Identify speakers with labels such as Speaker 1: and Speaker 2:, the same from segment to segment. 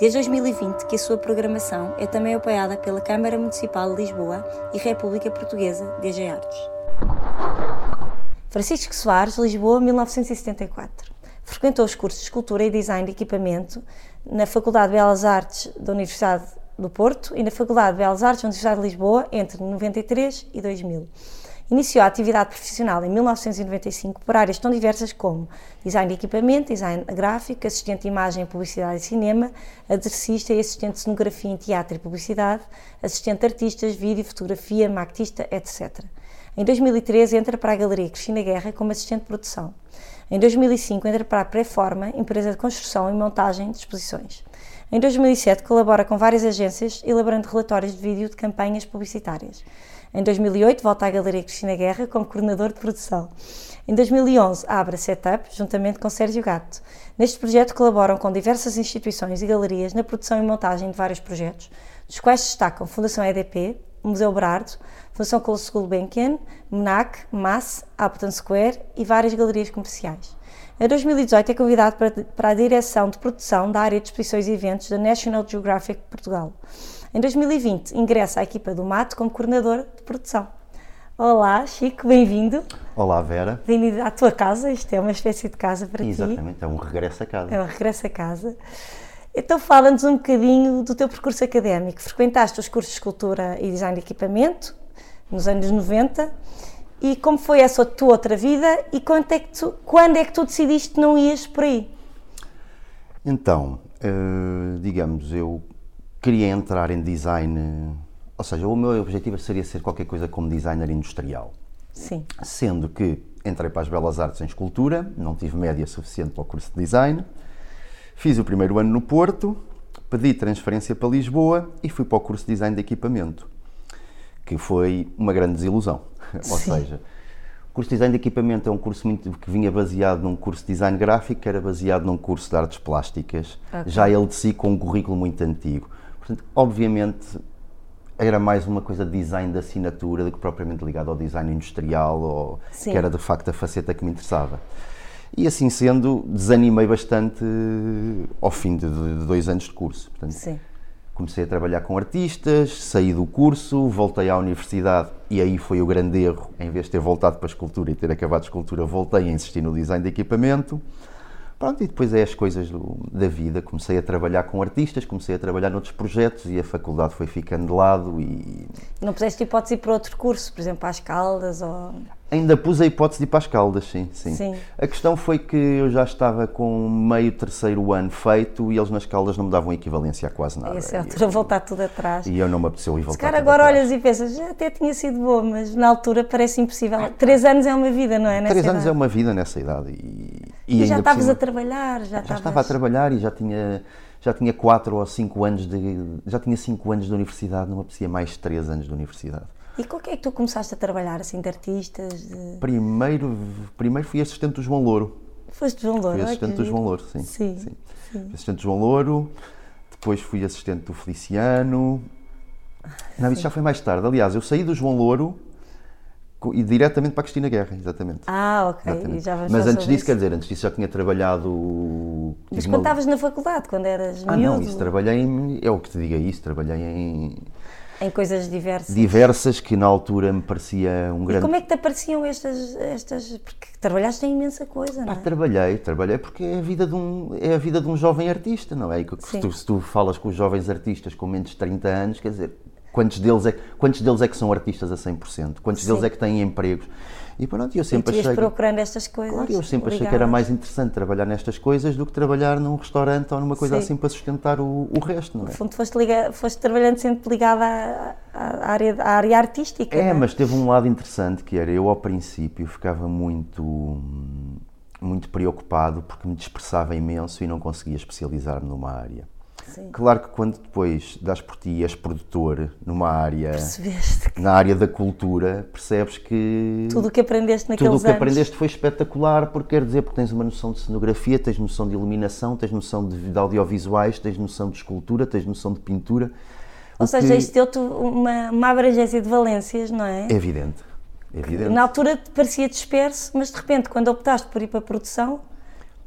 Speaker 1: Desde 2020 que a sua programação é também apoiada pela Câmara Municipal de Lisboa e República Portuguesa DG Artes. Francisco Soares, Lisboa, 1974. Frequentou os cursos de Escultura e Design de Equipamento na Faculdade de Belas Artes da Universidade do Porto e na Faculdade de Belas Artes da Universidade de Lisboa entre 93 e 2000. Iniciou a atividade profissional em 1995 por áreas tão diversas como design de equipamento, design gráfico, assistente de imagem, publicidade e cinema, adressista e assistente de cenografia em teatro e publicidade, assistente de artistas, vídeo, fotografia, maquetista, etc. Em 2013 entra para a Galeria Cristina Guerra como assistente de produção. Em 2005 entra para a Preforma, empresa de construção e montagem de exposições. Em 2007 colabora com várias agências, elaborando relatórios de vídeo de campanhas publicitárias. Em 2008, volta à Galeria Cristina Guerra como coordenador de produção. Em 2011, abre a Setup, juntamente com Sérgio Gato. Neste projeto colaboram com diversas instituições e galerias na produção e montagem de vários projetos, dos quais destacam Fundação EDP, Museu Berardo, Fundação Colosso Gulbenkian, MNAC, MAS, Appleton Square e várias galerias comerciais. Em 2018 é convidado para a direção de produção da área de exposições e eventos da National Geographic Portugal. Em 2020 ingressa à equipa do Mato como coordenador de produção. Olá, Chico, bem-vindo.
Speaker 2: Olá, Vera.
Speaker 1: Bem-vindo à tua casa, isto é uma espécie de casa para ti.
Speaker 2: Exatamente, é um regresso a casa.
Speaker 1: É um regresso a casa. Então fala-nos um bocadinho do teu percurso académico. Frequentaste os cursos de Escultura e Design de Equipamento nos anos 90 e como foi essa tua outra vida e quando é que tu, quando é que tu decidiste que não ias por aí?
Speaker 2: Então, eh, digamos, eu queria entrar em design, eh, ou seja, o meu objetivo seria ser qualquer coisa como designer industrial.
Speaker 1: Sim,
Speaker 2: Sendo que entrei para as Belas Artes em Escultura, não tive média suficiente para o curso de design, fiz o primeiro ano no Porto, pedi transferência para Lisboa e fui para o curso de design de equipamento, que foi uma grande desilusão. Ou
Speaker 1: Sim.
Speaker 2: seja, o curso de design de equipamento é um curso muito, que vinha baseado num curso de design gráfico, que era baseado num curso de artes plásticas, já ele de si com um currículo muito antigo. Portanto, obviamente, era mais uma coisa de design de assinatura do que propriamente ligado ao design industrial, ou,
Speaker 1: Sim.
Speaker 2: que era de facto a faceta que me interessava. E assim sendo, desanimei bastante eh, ao fim de, de dois anos de curso. Portanto,
Speaker 1: sim.
Speaker 2: Comecei a trabalhar com artistas, saí do curso, voltei à universidade e aí foi o grande erro. Em vez de ter voltado para a escultura e ter acabado a escultura, voltei a insistir no design de equipamento. Pronto, e depois é as coisas do- da vida. Comecei a trabalhar com artistas, comecei a trabalhar noutros projetos e a faculdade foi ficando de lado e
Speaker 1: Não puseste hipótese de ir para outro curso, por exemplo, às Caldas ou...
Speaker 2: Ainda pus a hipótese de ir para as Caldas, sim, sim.
Speaker 1: Sim.
Speaker 2: A questão foi que eu já estava com meio terceiro ano feito e eles nas Caldas não me davam equivalência a quase nada.
Speaker 1: Essa é a
Speaker 2: E-
Speaker 1: altura de voltar tudo atrás.
Speaker 2: Ah, E eu não me apeteceu ir voltar.
Speaker 1: Se calhar
Speaker 2: tudo
Speaker 1: agora
Speaker 2: atrás.
Speaker 1: olhas e pensas, "Já até tinha sido boa, mas na altura parece impossível. Três anos é uma vida, não é? Nessa
Speaker 2: Ah, Três anos
Speaker 1: idade?
Speaker 2: é uma vida nessa idade. E, e
Speaker 1: E já
Speaker 2: ainda por
Speaker 1: estavas
Speaker 2: cima-
Speaker 1: a trabalhar, já,
Speaker 2: Já
Speaker 1: estavas...
Speaker 2: estava a trabalhar e já tinha, já tinha quatro ou cinco anos de. Já tinha cinco anos de universidade, não me apetecia mais três anos de universidade.
Speaker 1: E com o que é que tu começaste a trabalhar, assim, de artistas? De...
Speaker 2: Primeiro, primeiro fui assistente do João Louro.
Speaker 1: Foste João Louro,
Speaker 2: Fui
Speaker 1: olha que
Speaker 2: assistente do
Speaker 1: giro.
Speaker 2: João Louro, sim.
Speaker 1: Sim,
Speaker 2: Fui Assistente do João Louro, depois fui assistente do Feliciano. Não, isso já foi mais tarde. Aliás, eu saí do João Louro co- e diretamente para a Cristina Guerra, exatamente.
Speaker 1: Ah, ok,
Speaker 2: Exatamente.
Speaker 1: e já vamos
Speaker 2: Mas
Speaker 1: falar
Speaker 2: antes
Speaker 1: sobre isso.
Speaker 2: disso, quer dizer, antes disso já tinha
Speaker 1: Mas
Speaker 2: trabalhado. tive
Speaker 1: quando
Speaker 2: uma-
Speaker 1: estavas na faculdade, quando eras
Speaker 2: Ah,
Speaker 1: miúdo,
Speaker 2: não, isso trabalhei em. É o que te diga isso, trabalhei em é
Speaker 1: em coisas diversas.
Speaker 2: diversas que na altura me parecia um
Speaker 1: E
Speaker 2: grande
Speaker 1: como é que te apareciam estas, estas... Porque trabalhaste em imensa coisa, não
Speaker 2: Pá,
Speaker 1: é?
Speaker 2: Ah, trabalhei, trabalhei porque é a vida de um, é a vida de um jovem artista, não é? E que- que
Speaker 1: Sim.
Speaker 2: Se tu, se tu falas com os jovens artistas com menos de 30 anos, quer dizer, quantos deles é, quantos deles é que são artistas a 100%? Quantos deles
Speaker 1: Sim.
Speaker 2: é que têm empregos? E pronto, eu
Speaker 1: E tu
Speaker 2: sempre
Speaker 1: ias
Speaker 2: achei, que-
Speaker 1: procurando estas coisas.
Speaker 2: claro, eu sempre achei que era
Speaker 1: ligadas.
Speaker 2: mais interessante trabalhar nestas coisas do que trabalhar num restaurante ou numa coisa
Speaker 1: Sim.
Speaker 2: assim para sustentar o, o resto, não é?
Speaker 1: No fundo, foste, liga, foste trabalhando sempre ligada à, à- à área, à área artística.
Speaker 2: É,
Speaker 1: não
Speaker 2: mas teve um lado interessante que era eu ao princípio ficava muito hum, muito preocupado porque me dispersava imenso e não conseguia especializar-me numa área.
Speaker 1: Sim.
Speaker 2: Claro que quando depois das por ti e és produtor numa área,
Speaker 1: Percebeste que
Speaker 2: na área da cultura, percebes que
Speaker 1: tudo o que aprendeste
Speaker 2: tudo
Speaker 1: naqueles
Speaker 2: o que
Speaker 1: anos.
Speaker 2: aprendeste foi espetacular, porque quer dizer, porque tens uma noção de cenografia, tens noção de iluminação, tens noção de, de audiovisuais, tens noção de escultura, tens noção de pintura.
Speaker 1: Ou
Speaker 2: O
Speaker 1: seja,
Speaker 2: que
Speaker 1: isto deu-te uma, uma abrangência de valências, não é?
Speaker 2: é evidente. É evidente.
Speaker 1: Na altura te parecia disperso, mas de repente, quando optaste por ir para a produção,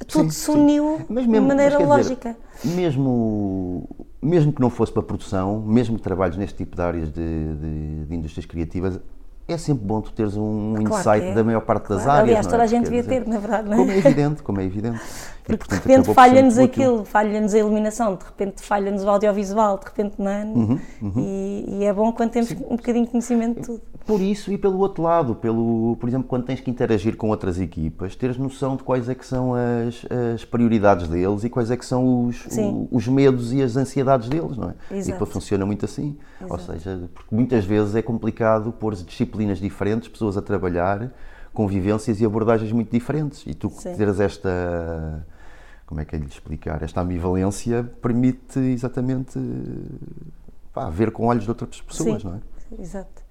Speaker 1: tudo
Speaker 2: Sim,
Speaker 1: se
Speaker 2: sim.
Speaker 1: uniu
Speaker 2: Mas mesmo-
Speaker 1: de maneira
Speaker 2: mas quer dizer,
Speaker 1: lógica.
Speaker 2: mesmo, mesmo que não fosse para a produção, mesmo que trabalhes neste tipo de áreas de, de- de indústrias criativas, é sempre bom tu teres um
Speaker 1: Claro que
Speaker 2: insight
Speaker 1: é.
Speaker 2: da maior parte das
Speaker 1: Claro,
Speaker 2: áreas.
Speaker 1: aliás,
Speaker 2: não é?
Speaker 1: toda a gente
Speaker 2: Porque,
Speaker 1: devia
Speaker 2: quer dizer,
Speaker 1: ter, na verdade, não
Speaker 2: Como
Speaker 1: é?
Speaker 2: é evidente, como é evidente. E,
Speaker 1: Porque de
Speaker 2: portanto,
Speaker 1: repente
Speaker 2: acabou por ser
Speaker 1: falha-nos
Speaker 2: muito útil.
Speaker 1: aquilo, falha-nos a iluminação, de repente falha-nos o audiovisual, de repente não é?
Speaker 2: Uhum,
Speaker 1: E, e é bom quando temos um bocadinho de conhecimento de tudo.
Speaker 2: Por isso e pelo outro lado, pelo, por exemplo, quando tens que interagir com outras equipas, teres noção de quais é que são as, as prioridades deles e quais é que são os,
Speaker 1: Sim.
Speaker 2: o- os medos e as ansiedades deles, não é?
Speaker 1: Exato.
Speaker 2: A equipa funciona muito assim. Ou seja, porque muitas vezes é complicado pôr disciplinas diferentes, pessoas a trabalhar, convivências e abordagens muito diferentes. E tu
Speaker 1: Sim.
Speaker 2: teres esta. Como é que é lhe explicar? Esta ambivalência permite exatamente pá, ver com olhos de outras pessoas,
Speaker 1: Sim,
Speaker 2: não é?
Speaker 1: Exato.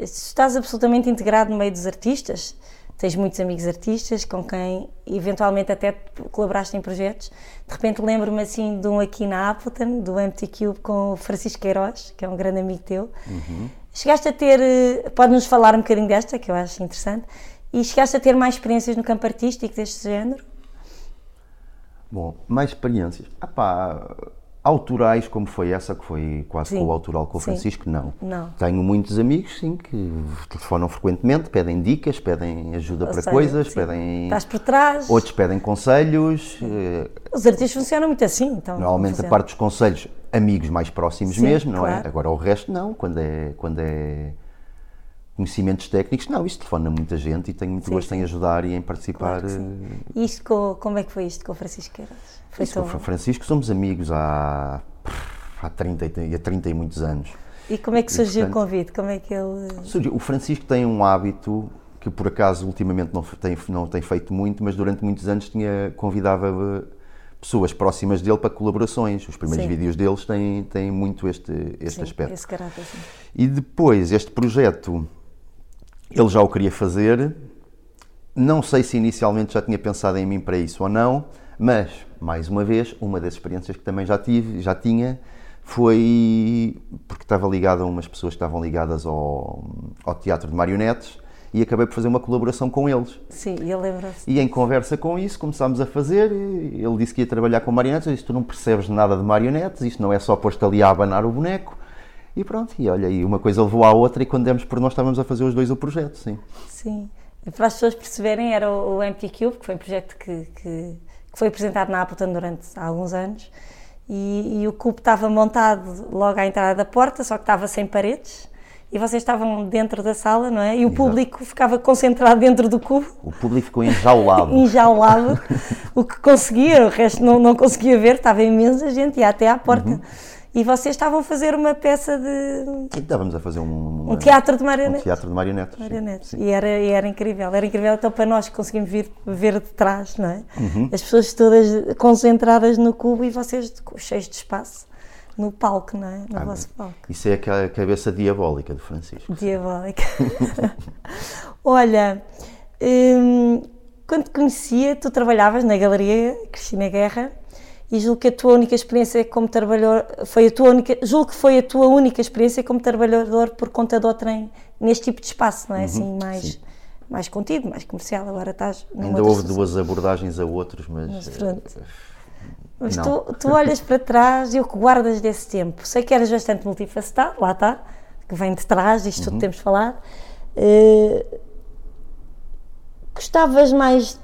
Speaker 1: Se estás absolutamente integrado no meio dos artistas, tens muitos amigos artistas com quem eventualmente até colaboraste em projetos. De repente lembro-me assim de um aqui na Appleton, do Empty Cube com o Francisco Queiroz, que é um grande amigo teu.
Speaker 2: Uhum.
Speaker 1: Chegaste a ter, eh, pode-nos falar um bocadinho desta, que eu acho interessante, e chegaste a ter mais experiências no campo artístico deste género?
Speaker 2: Bom, mais experiências. Ah pá, autorais como foi essa, que foi quase
Speaker 1: Sim.
Speaker 2: com o autoral com o
Speaker 1: Sim.
Speaker 2: Francisco, não.
Speaker 1: Não.
Speaker 2: Tenho muitos amigos, sim, que telefonam frequentemente, pedem dicas, pedem ajuda
Speaker 1: Ou
Speaker 2: para
Speaker 1: seja,
Speaker 2: coisas,
Speaker 1: sim,
Speaker 2: pedem.
Speaker 1: Estás por trás.
Speaker 2: Outros pedem conselhos. eh,
Speaker 1: Os artistas funcionam muito assim, então.
Speaker 2: Normalmente a
Speaker 1: funcionam.
Speaker 2: parte dos conselhos, amigos mais próximos
Speaker 1: Sim,
Speaker 2: mesmo, não
Speaker 1: claro.
Speaker 2: é? Agora o resto não, quando é, quando é conhecimentos técnicos, não, isto telefona muita gente e tenho muito
Speaker 1: Sim,
Speaker 2: gosto em ajudar e em participar.
Speaker 1: Claro que sim.
Speaker 2: eh,
Speaker 1: E isto com, como é que foi isto com o Francisco Queiroz? Foi
Speaker 2: Isso, com
Speaker 1: tão...
Speaker 2: o Fra- Francisco somos amigos há, há, 30, e te- há 30 e muitos anos.
Speaker 1: E como é que surgiu o
Speaker 2: Portanto-
Speaker 1: convite? Como é que ele.
Speaker 2: Surgiu- O Francisco tem um hábito que por acaso ultimamente não fe- tem, não tem feito muito, mas durante muitos anos tinha, convidava eh, pessoas próximas dele para colaborações. Os primeiros
Speaker 1: Sim.
Speaker 2: vídeos deles têm, têm muito este, este
Speaker 1: Sim,
Speaker 2: aspecto.
Speaker 1: Esse caráter, sim.
Speaker 2: E depois, este projeto, ele já o queria fazer. Não sei se inicialmente já tinha pensado em mim para isso ou não, mas, mais uma vez, uma das experiências que também já tive, já tinha, foi porque estava ligado a umas pessoas que estavam ligadas ao, ao teatro de marionetes e acabei por fazer uma colaboração com eles.
Speaker 1: Sim, e ele lembra-se.
Speaker 2: E em conversa com isso, começámos a fazer. e Ele disse que ia trabalhar com marionetes. Eu disse: Tu não percebes nada de marionetes, isto não é só posto ali a abanar o boneco. E pronto, e olha, e uma coisa levou à outra. E quando demos por nós, estávamos a fazer os dois o projeto, sim.
Speaker 1: Sim. E Para as pessoas perceberem, era o, o Empty Cube, que foi um projeto que, que, que foi apresentado na Appleton durante alguns anos. E, e o cubo estava montado logo à entrada da porta, só que estava sem paredes. E vocês estavam dentro da sala, não é? E o público ficava concentrado dentro do cubo.
Speaker 2: O público ficou enjaulado.
Speaker 1: um enjaulado o que conseguia, o resto não, não conseguia ver, estava imensa gente, ia até à porta.
Speaker 2: Uhum.
Speaker 1: E vocês estavam a fazer uma peça de.
Speaker 2: E estávamos a fazer um,
Speaker 1: um teatro de
Speaker 2: um
Speaker 1: marionetes.
Speaker 2: teatro de marionetes. sim.
Speaker 1: marionetes. E, era, e era incrível, era incrível então para nós que conseguimos vir, ver de trás, não é?
Speaker 2: Uhum.
Speaker 1: As pessoas todas concentradas no cubo e vocês de- cheios de espaço no palco, não é? No vosso palco.
Speaker 2: Isso é a cabeça diabólica do Francisco.
Speaker 1: Diabólica. Olha, hum, quando te conhecia, tu trabalhavas na Galeria Cristina Guerra e julgo que a tua única experiência como trabalhador foi a tua única, julgo que foi a tua única experiência como trabalhador por conta do trem neste tipo de espaço,
Speaker 2: Uhum,
Speaker 1: não é assim mais mais contido, mais comercial. Agora estás numa
Speaker 2: Ainda
Speaker 1: outra
Speaker 2: houve
Speaker 1: situação.
Speaker 2: duas abordagens a outros, mas.
Speaker 1: Mas
Speaker 2: eh,
Speaker 1: pronto. Mas
Speaker 2: Não.
Speaker 1: tu, tu olhas para trás e o que guardas desse tempo? Sei que eras bastante multifacetado, lá está, que vem de trás, disto
Speaker 2: Uhum.
Speaker 1: tudo temos falado. Eh, gostavas mais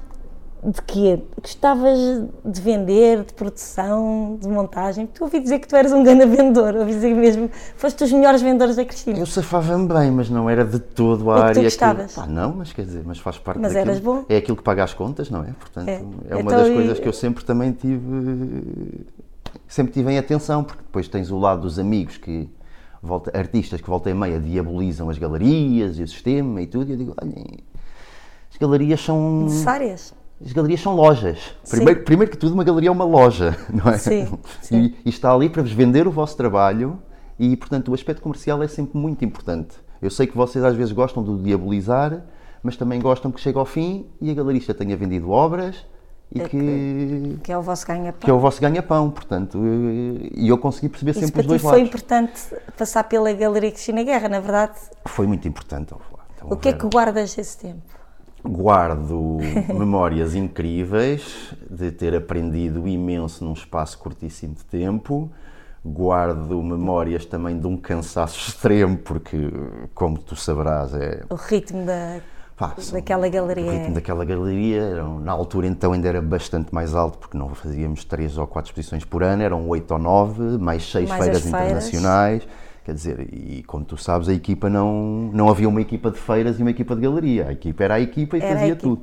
Speaker 1: de quê? Gostavas de vender, de produção, de montagem? Porque eu ouvi dizer que tu eras um grande vendedor, ouvi dizer mesmo, foste dos melhores vendedores da Cristina.
Speaker 2: Eu safava-me bem, mas não era de todo a
Speaker 1: O É que tu
Speaker 2: área que-
Speaker 1: gostavas?
Speaker 2: Pá, não, mas quer dizer, mas faz parte
Speaker 1: Mas
Speaker 2: daquilo.
Speaker 1: eras bom?
Speaker 2: É aquilo que paga as contas, não é? Portanto,
Speaker 1: É.
Speaker 2: é, uma
Speaker 1: Então,
Speaker 2: das
Speaker 1: e-
Speaker 2: coisas que eu sempre também tive sempre tive em atenção, porque depois tens o lado dos amigos que volta, artistas que volta e meia diabolizam as galerias e o sistema e tudo, e eu digo, olhem, as galerias são
Speaker 1: Necessárias?
Speaker 2: As galerias são lojas.
Speaker 1: Sim.
Speaker 2: Primeiro, primeiro que tudo, uma galeria é uma loja, não é?
Speaker 1: Sim, sim.
Speaker 2: E, e está ali para vos vender o vosso trabalho e, portanto, o aspecto comercial é sempre muito importante. Eu sei que vocês às vezes gostam de o diabolizar, mas também gostam que chegue ao fim e a galerista tenha vendido obras e
Speaker 1: É
Speaker 2: que,
Speaker 1: que é o vosso
Speaker 2: que é
Speaker 1: ganha-pão.
Speaker 2: o vosso ganha-pão, portanto. eh, E eu consegui perceber
Speaker 1: Isso
Speaker 2: sempre
Speaker 1: para
Speaker 2: os
Speaker 1: ti
Speaker 2: dois
Speaker 1: foi
Speaker 2: lados.
Speaker 1: importante passar pela Galeria Cristina Guerra, na verdade.
Speaker 2: Foi muito importante. ao falar. Então,
Speaker 1: O que é
Speaker 2: Vera.
Speaker 1: que guardas desse tempo?
Speaker 2: Guardo memórias incríveis de ter aprendido imenso num espaço curtíssimo de tempo. Guardo memórias também de um cansaço extremo, porque, como tu saberás, é.
Speaker 1: O ritmo da,
Speaker 2: pá, são-
Speaker 1: daquela
Speaker 2: o
Speaker 1: galeria.
Speaker 2: ritmo daquela galeria, eram- na altura então ainda era bastante mais alto, porque não fazíamos três ou quatro exposições por ano, eram oito ou nove, mais seis
Speaker 1: Mais as
Speaker 2: feiras,
Speaker 1: feiras.
Speaker 2: internacionais. Quer dizer, e como tu sabes, a equipa não. Não havia uma equipa de feiras e uma equipa de galeria. A equipa era a equipa e
Speaker 1: Era a
Speaker 2: fazia
Speaker 1: equipa.
Speaker 2: tudo.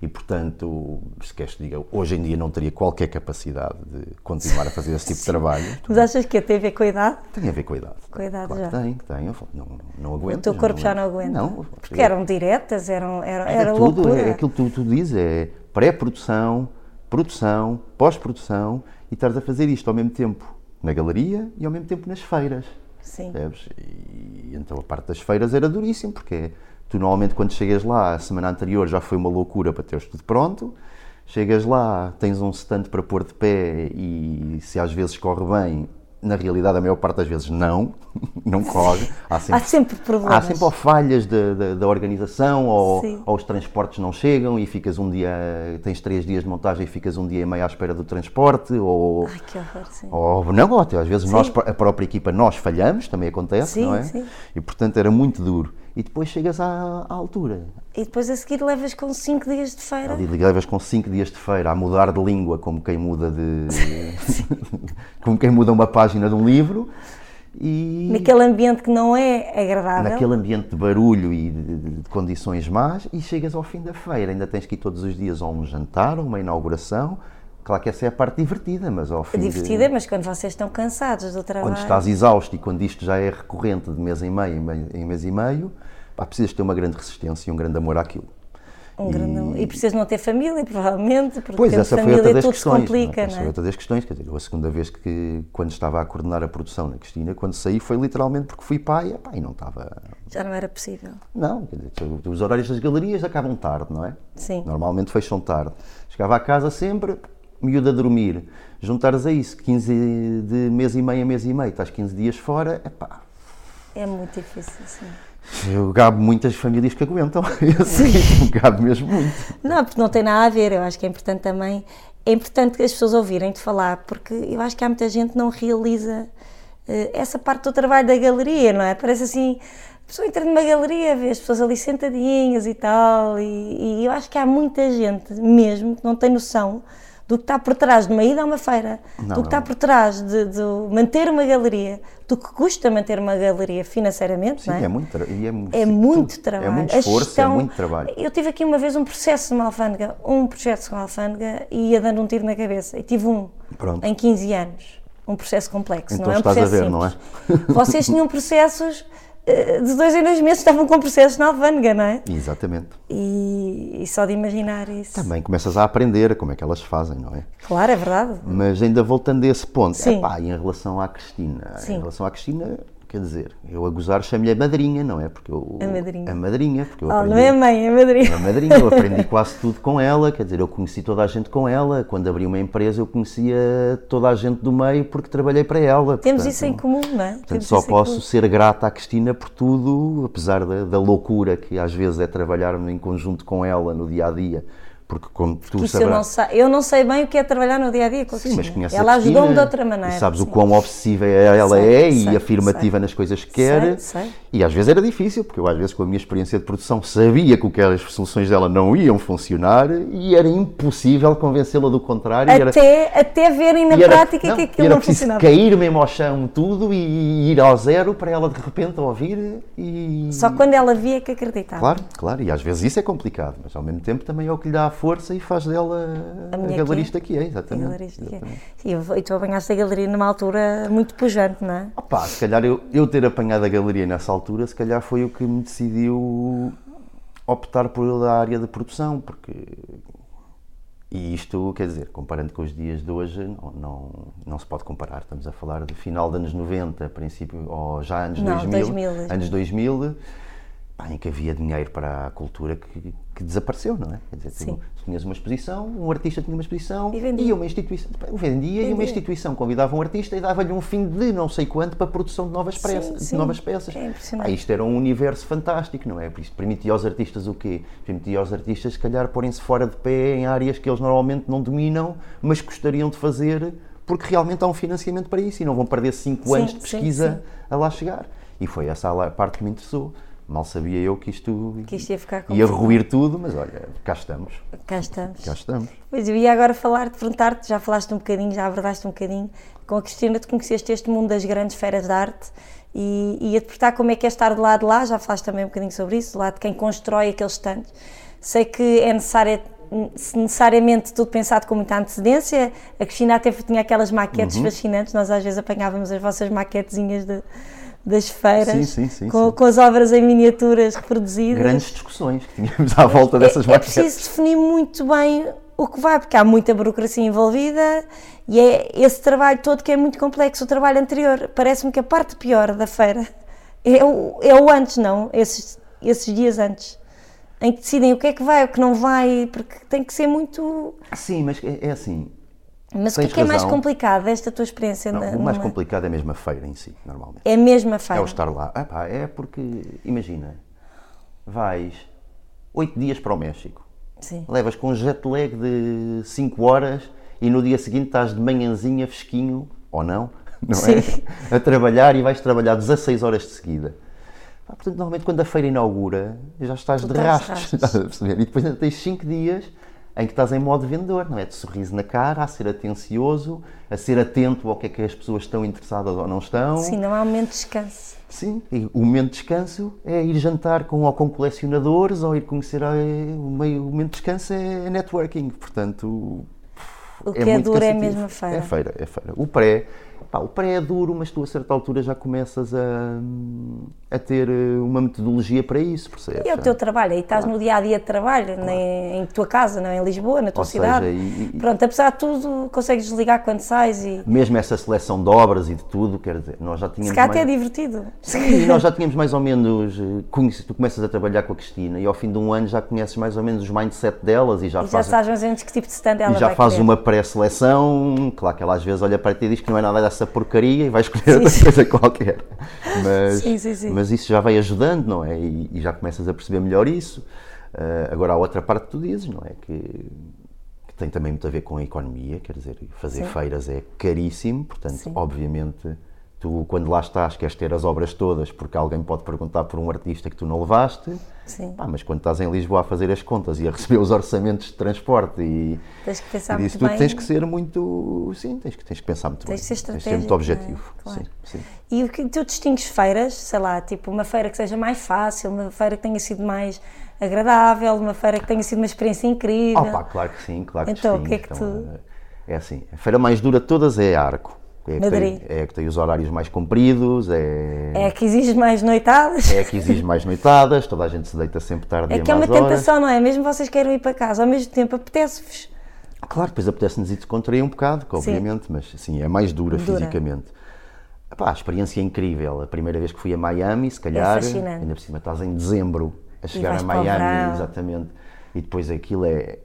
Speaker 2: E portanto, se queres que diga, hoje em dia não teria qualquer capacidade de continuar a fazer esse tipo de trabalho.
Speaker 1: Mas achas que tem a ver com a idade?
Speaker 2: Tem a ver com a idade.
Speaker 1: Com a idade
Speaker 2: claro
Speaker 1: já.
Speaker 2: que tem, tem. Eu falo, não, não aguento.
Speaker 1: O teu corpo já não aguenta?
Speaker 2: Não,
Speaker 1: Porque eram diretas, eram, eram,
Speaker 2: é
Speaker 1: era
Speaker 2: tudo,
Speaker 1: loucura.
Speaker 2: é aquilo que tu, tu dizes, é pré-produção, produção, pós-produção e estás a fazer isto ao mesmo tempo na galeria e ao mesmo tempo nas feiras.
Speaker 1: Sim.
Speaker 2: Percebes? E então a parte das feiras era duríssimo, porque tu normalmente quando chegas lá, a semana anterior já foi uma loucura para teres tudo pronto, chegas lá, tens um stand para pôr de pé e se às vezes corre bem, na realidade a maior parte das vezes não, não corre, há
Speaker 1: Há
Speaker 2: sempre
Speaker 1: sempre
Speaker 2: Há
Speaker 1: problemas.
Speaker 2: sempre ou falhas da- da- da organização ou,
Speaker 1: Sim.
Speaker 2: ou os transportes não chegam e ficas um dia, tens três dias de montagem e ficas um dia e meio à espera do transporte ou,
Speaker 1: Ai, que horror, sim.
Speaker 2: ou não, ou até às vezes
Speaker 1: Sim.
Speaker 2: nós, a própria equipa, nós falhamos, também acontece,
Speaker 1: Sim,
Speaker 2: não é?
Speaker 1: sim.
Speaker 2: E portanto era muito duro. E depois chegas à, à altura.
Speaker 1: E depois a seguir levas com 5 dias de feira.
Speaker 2: Ali levas com cinco dias de feira a mudar de língua, como quem muda de. como quem muda uma página de um livro. E...
Speaker 1: Naquele ambiente que não é agradável.
Speaker 2: naquele ambiente de barulho e de, de- de condições más e chegas ao fim da feira, ainda tens que ir todos os dias a um jantar, a uma inauguração. Claro que essa é a parte divertida, mas ao fim de-
Speaker 1: é Divertida, mas quando vocês estão cansados do trabalho.
Speaker 2: quando estás exausto e quando isto já é recorrente de mês em meio, em mei- em mês e meio, pá, precisas ter uma grande resistência e um grande amor àquilo.
Speaker 1: um grande- E precisas não ter família, provavelmente, porque
Speaker 2: Pois,
Speaker 1: tendo
Speaker 2: essa foi
Speaker 1: família
Speaker 2: outra das
Speaker 1: tudo
Speaker 2: questões.
Speaker 1: se complica,
Speaker 2: Essa
Speaker 1: não
Speaker 2: foi
Speaker 1: é?
Speaker 2: outra das questões. Quer dizer, eu a segunda vez que, quando estava a coordenar a produção na Cristina, quando saí foi literalmente porque fui pai epá, e não estava,
Speaker 1: Já não era possível.
Speaker 2: Não, quer dizer, os horários das galerias acabam tarde, não é?
Speaker 1: Sim.
Speaker 2: Normalmente fecham tarde. Chegava a casa sempre, miúdo a dormir. Juntares a isso, 15 de mês e meio a mês e meio, estás 15 dias fora, epá,
Speaker 1: É muito difícil, sim.
Speaker 2: eu gabo muitas famílias que aguentam esse ritmo, gabo mesmo muito.
Speaker 1: Não, porque não tem nada a ver. Eu acho que é importante também. É importante que as pessoas ouvirem-te falar, porque eu acho que há muita gente que não realiza eh, essa parte do trabalho da galeria, não é? Parece assim. A pessoa entra numa galeria, vê as pessoas ali sentadinhas e tal, e, e eu acho que há muita gente mesmo que não tem noção do que está por trás de uma ida a uma feira, do que
Speaker 2: não.
Speaker 1: está por trás de, de manter uma galeria, do que custa manter uma galeria financeiramente,
Speaker 2: Sim,
Speaker 1: não
Speaker 2: é muito, tra- e é muito,
Speaker 1: é
Speaker 2: sim,
Speaker 1: muito
Speaker 2: tudo.
Speaker 1: trabalho.
Speaker 2: É muito
Speaker 1: A
Speaker 2: esforço,
Speaker 1: gestão-
Speaker 2: é muito trabalho.
Speaker 1: Eu tive aqui uma vez um processo numa alfândega, um processo com a alfândega e ia dando um tiro na cabeça. E tive um
Speaker 2: Pronto.
Speaker 1: em 15 anos. Um processo complexo,
Speaker 2: Então
Speaker 1: não é um
Speaker 2: estás a
Speaker 1: processo
Speaker 2: ver, não é?
Speaker 1: simples. Vocês tinham processos eh, de dois em dois meses, estavam com processos na alfândega, não é?
Speaker 2: Exatamente.
Speaker 1: E, e só de imaginar isso.
Speaker 2: Também começas a aprender como é que elas fazem, não é?
Speaker 1: Claro, é verdade.
Speaker 2: Mas ainda voltando a esse ponto,
Speaker 1: Sim.
Speaker 2: epá, e em relação à Cristina,
Speaker 1: Sim.
Speaker 2: em relação à Cristina, quer dizer, eu a gozar chamo-lhe a madrinha, não é? Porque eu,
Speaker 1: A madrinha.
Speaker 2: A madrinha, porque eu
Speaker 1: Oh, não
Speaker 2: aprendi,
Speaker 1: é mãe, é
Speaker 2: a
Speaker 1: madrinha.
Speaker 2: madrinha, eu aprendi quase tudo com ela, quer dizer, eu conheci toda a gente com ela, quando abri uma empresa eu conhecia toda a gente do meio porque trabalhei para ela.
Speaker 1: Temos
Speaker 2: portanto,
Speaker 1: isso em comum, não é?
Speaker 2: Portanto,
Speaker 1: Temos
Speaker 2: só
Speaker 1: isso em
Speaker 2: posso
Speaker 1: comum.
Speaker 2: ser grata à Cristina por tudo, apesar da, da loucura que às vezes é trabalhar em conjunto com ela no dia a dia, porque como tu
Speaker 1: Isso eu
Speaker 2: saberás.
Speaker 1: não, sei, eu não sei bem o que é trabalhar no dia a dia com a
Speaker 2: Sim, mas
Speaker 1: Cristina.
Speaker 2: conheces
Speaker 1: Ela
Speaker 2: a Cristina
Speaker 1: ajudou-me de outra maneira.
Speaker 2: E sabes o
Speaker 1: sim.
Speaker 2: quão obsessiva é- ela
Speaker 1: Sei,
Speaker 2: é
Speaker 1: sei,
Speaker 2: e afirmativa nas coisas que quer.
Speaker 1: Sei, sei.
Speaker 2: E às vezes era difícil, porque eu às vezes com a minha experiência de produção sabia que aquelas soluções dela não iam funcionar e era impossível convencê-la do contrário. e era,
Speaker 1: até, até verem na
Speaker 2: e era-
Speaker 1: prática
Speaker 2: não,
Speaker 1: que
Speaker 2: e
Speaker 1: aquilo
Speaker 2: era
Speaker 1: não
Speaker 2: preciso
Speaker 1: funcionava.
Speaker 2: cair mesmo ao chão tudo e ir ao zero para ela de repente ouvir e...
Speaker 1: Só quando ela via que acreditava.
Speaker 2: Claro, claro, e às vezes isso é complicado, mas ao mesmo tempo também é o que lhe dá a força e faz dela
Speaker 1: A
Speaker 2: a,
Speaker 1: minha
Speaker 2: galerista que é,
Speaker 1: A
Speaker 2: exatamente.
Speaker 1: galeria dizia. é. E eu- e tu apanhaste a galeria numa altura muito pujante, não é?
Speaker 2: Opa, se calhar eu, eu ter apanhado a galeria nessa altura, se calhar foi o que me decidiu optar por a área de produção, porque E isto, quer dizer, comparando com os dias de hoje, não, não, não se pode comparar. Estamos a falar de final de anos 90, princípio, ou já anos
Speaker 1: Não,
Speaker 2: 2000,
Speaker 1: 2000.
Speaker 2: anos 2000, pá, em que havia dinheiro para a cultura que, que desapareceu, não é? Quer dizer, tu,
Speaker 1: Sim.
Speaker 2: tu tinhas uma exposição, um artista tinha uma exposição
Speaker 1: E vendia.
Speaker 2: uma instituição, pá, vendia, e uma
Speaker 1: Vendia.
Speaker 2: instituição convidava um artista e dava-lhe um fim de não sei quanto para a produção de novas, peças
Speaker 1: Sim,
Speaker 2: de
Speaker 1: sim.
Speaker 2: novas peças.
Speaker 1: É impressionante.
Speaker 2: Pá, isto era um universo fantástico, não é? Por Isto permitia aos artistas o quê? Permitia aos artistas, se calhar, porem-se fora de pé em áreas que eles normalmente não dominam, mas gostariam de fazer, porque realmente há um financiamento para isso e não vão perder cinco
Speaker 1: Sim,
Speaker 2: anos de
Speaker 1: sim,
Speaker 2: pesquisa a lá chegar. E foi essa a la- parte que me interessou. Mal sabia eu que isto,
Speaker 1: Que isto ia ficar
Speaker 2: ia
Speaker 1: complicado.
Speaker 2: ruir tudo, mas olha, cá estamos,
Speaker 1: Cá estamos.
Speaker 2: cá estamos.
Speaker 1: Pois eu ia agora falar-te, perguntar-te, já falaste um bocadinho, já abordaste um bocadinho, com a Cristina tu conheceste este mundo das grandes feiras de arte e e ia-te perguntar como é que é estar do lado de lá, já falaste também um bocadinho sobre isso, do lado de quem constrói aqueles stands. Sei que é necessário, se necessariamente tudo pensado com muita antecedência, a Cristina até tinha aquelas maquetes
Speaker 2: Uhum.
Speaker 1: fascinantes, nós às vezes apanhávamos as vossas maquetezinhas de- das feiras,
Speaker 2: Sim, sim, sim,
Speaker 1: com,
Speaker 2: sim.
Speaker 1: com as obras em miniaturas reproduzidas.
Speaker 2: Grandes discussões é que tínhamos à volta dessas
Speaker 1: É
Speaker 2: maquetes.
Speaker 1: preciso definir muito bem o que vai, porque há muita burocracia envolvida e é esse trabalho todo que é muito complexo. O trabalho anterior, parece-me que a parte pior da feira é o, é o antes, não? Esses, esses dias antes, em que decidem o que é que vai, o que não vai, porque tem que ser muito.
Speaker 2: Sim, mas é, é assim.
Speaker 1: Mas o que é
Speaker 2: Tens
Speaker 1: que é mais
Speaker 2: razão.
Speaker 1: complicado desta tua experiência?
Speaker 2: Não,
Speaker 1: na-
Speaker 2: o mais
Speaker 1: numa-
Speaker 2: complicado é mesmo a feira em si, normalmente.
Speaker 1: É a mesma
Speaker 2: É,
Speaker 1: feira.
Speaker 2: o estar lá. Ah, pá, é porque, imagina, vais oito dias para o México,
Speaker 1: Sim.
Speaker 2: levas com um jet lag de 5 horas e no dia seguinte estás de manhãzinha fresquinho, ou não, não
Speaker 1: Sim.
Speaker 2: é? A trabalhar e vais trabalhar 16 horas de seguida. Pá, portanto, normalmente quando a feira inaugura já estás
Speaker 1: Tu
Speaker 2: de
Speaker 1: estás de
Speaker 2: rastros,
Speaker 1: rastros.
Speaker 2: estás a perceber? E depois ainda tens 5 dias em que estás em modo vendedor, não é? De sorriso na cara, a ser atencioso, a ser atento ao que é que as pessoas estão interessadas ou não estão.
Speaker 1: Sim, não há um momento de descanso.
Speaker 2: Sim, e o momento de descanso é ir jantar com, ou com colecionadores ou ir conhecer. eh, o, meio, o momento de descanso é networking, portanto.
Speaker 1: O que é,
Speaker 2: muito
Speaker 1: duro é
Speaker 2: cansativo.
Speaker 1: mesmo a feira.
Speaker 2: É feira, é feira. O pré, pá, o pré é duro, mas tu a certa altura já começas a, a ter eh, uma metodologia para isso, percebes?
Speaker 1: E é o teu trabalho, aí estás no dia a dia de trabalho, nem- em tua casa, não é? em Lisboa, na tua
Speaker 2: Ou seja,
Speaker 1: cidade.
Speaker 2: e- e-
Speaker 1: Pronto, apesar de tudo, consegues desligar quando sais e
Speaker 2: Mesmo essa seleção de obras e de tudo, quer dizer, nós já tínhamos.
Speaker 1: se calhar até é
Speaker 2: mais-
Speaker 1: divertido.
Speaker 2: E nós já tínhamos mais ou menos, eh, conhece- tu começas a trabalhar com a Cristina e ao fim de um ano já conheces mais ou menos os mindset delas e já
Speaker 1: E já
Speaker 2: fazes
Speaker 1: sabes mais ou menos que tipo de stand ela
Speaker 2: E já
Speaker 1: vai
Speaker 2: faz
Speaker 1: querer.
Speaker 2: uma pré-seleção, claro que ela às vezes olha para ti e diz que não é nada dessa porcaria e vai escolher outra
Speaker 1: Sim.
Speaker 2: coisa qualquer. Mas,
Speaker 1: Sim, sim, sim.
Speaker 2: mas isso já vai ajudando, não é? E, e já começas a perceber melhor isso. Ah, agora, há outra parte que tu dizes, não é? Que, que tem também muito a ver com a economia, quer dizer, fazer feiras é caríssimo, portanto, obviamente, tu quando lá estás queres ter as obras todas porque alguém pode perguntar por um artista que tu não levaste.
Speaker 1: Sim,
Speaker 2: Pá, mas quando estás em Lisboa a fazer as contas e a receber os orçamentos de transporte e,
Speaker 1: tens que
Speaker 2: e
Speaker 1: pensar
Speaker 2: disso
Speaker 1: muito
Speaker 2: tudo,
Speaker 1: bem.
Speaker 2: tens que ser muito. Sim, tens que, tens que pensar muito
Speaker 1: Tens
Speaker 2: bem.
Speaker 1: de ser
Speaker 2: tens que ser muito
Speaker 1: estratégico, não é?
Speaker 2: objetivo.
Speaker 1: Claro.
Speaker 2: Sim, sim.
Speaker 1: E o que tu distingues feiras, sei lá, tipo uma feira que seja mais fácil, uma feira que tenha sido mais agradável, uma feira que tenha sido uma experiência incrível.
Speaker 2: Ah, pá, claro que sim, claro que
Speaker 1: Então,
Speaker 2: sim.
Speaker 1: o que é que tu-
Speaker 2: É assim, a feira mais dura de todas é a Arco. É a que, tem,
Speaker 1: Madrid.
Speaker 2: é a que tem os horários mais compridos, é,
Speaker 1: É que exige mais noitadas.
Speaker 2: é a que exige mais noitadas, toda a gente se deita sempre tarde
Speaker 1: É
Speaker 2: e a
Speaker 1: que é uma
Speaker 2: más horas.
Speaker 1: tentação, não é? Mesmo vocês queiram ir para casa, ao mesmo tempo apetece-vos.
Speaker 2: Claro, depois apetece-nos ir descontrair um bocado, que obviamente, mas sim, é mais dura,
Speaker 1: Dura.
Speaker 2: fisicamente. Epá, a experiência é incrível. A primeira vez que fui a Miami, se calhar,
Speaker 1: É fascinante.
Speaker 2: ainda por cima estás em dezembro a chegar
Speaker 1: vais
Speaker 2: a
Speaker 1: para o
Speaker 2: Miami,
Speaker 1: verão.
Speaker 2: exatamente. E depois aquilo é,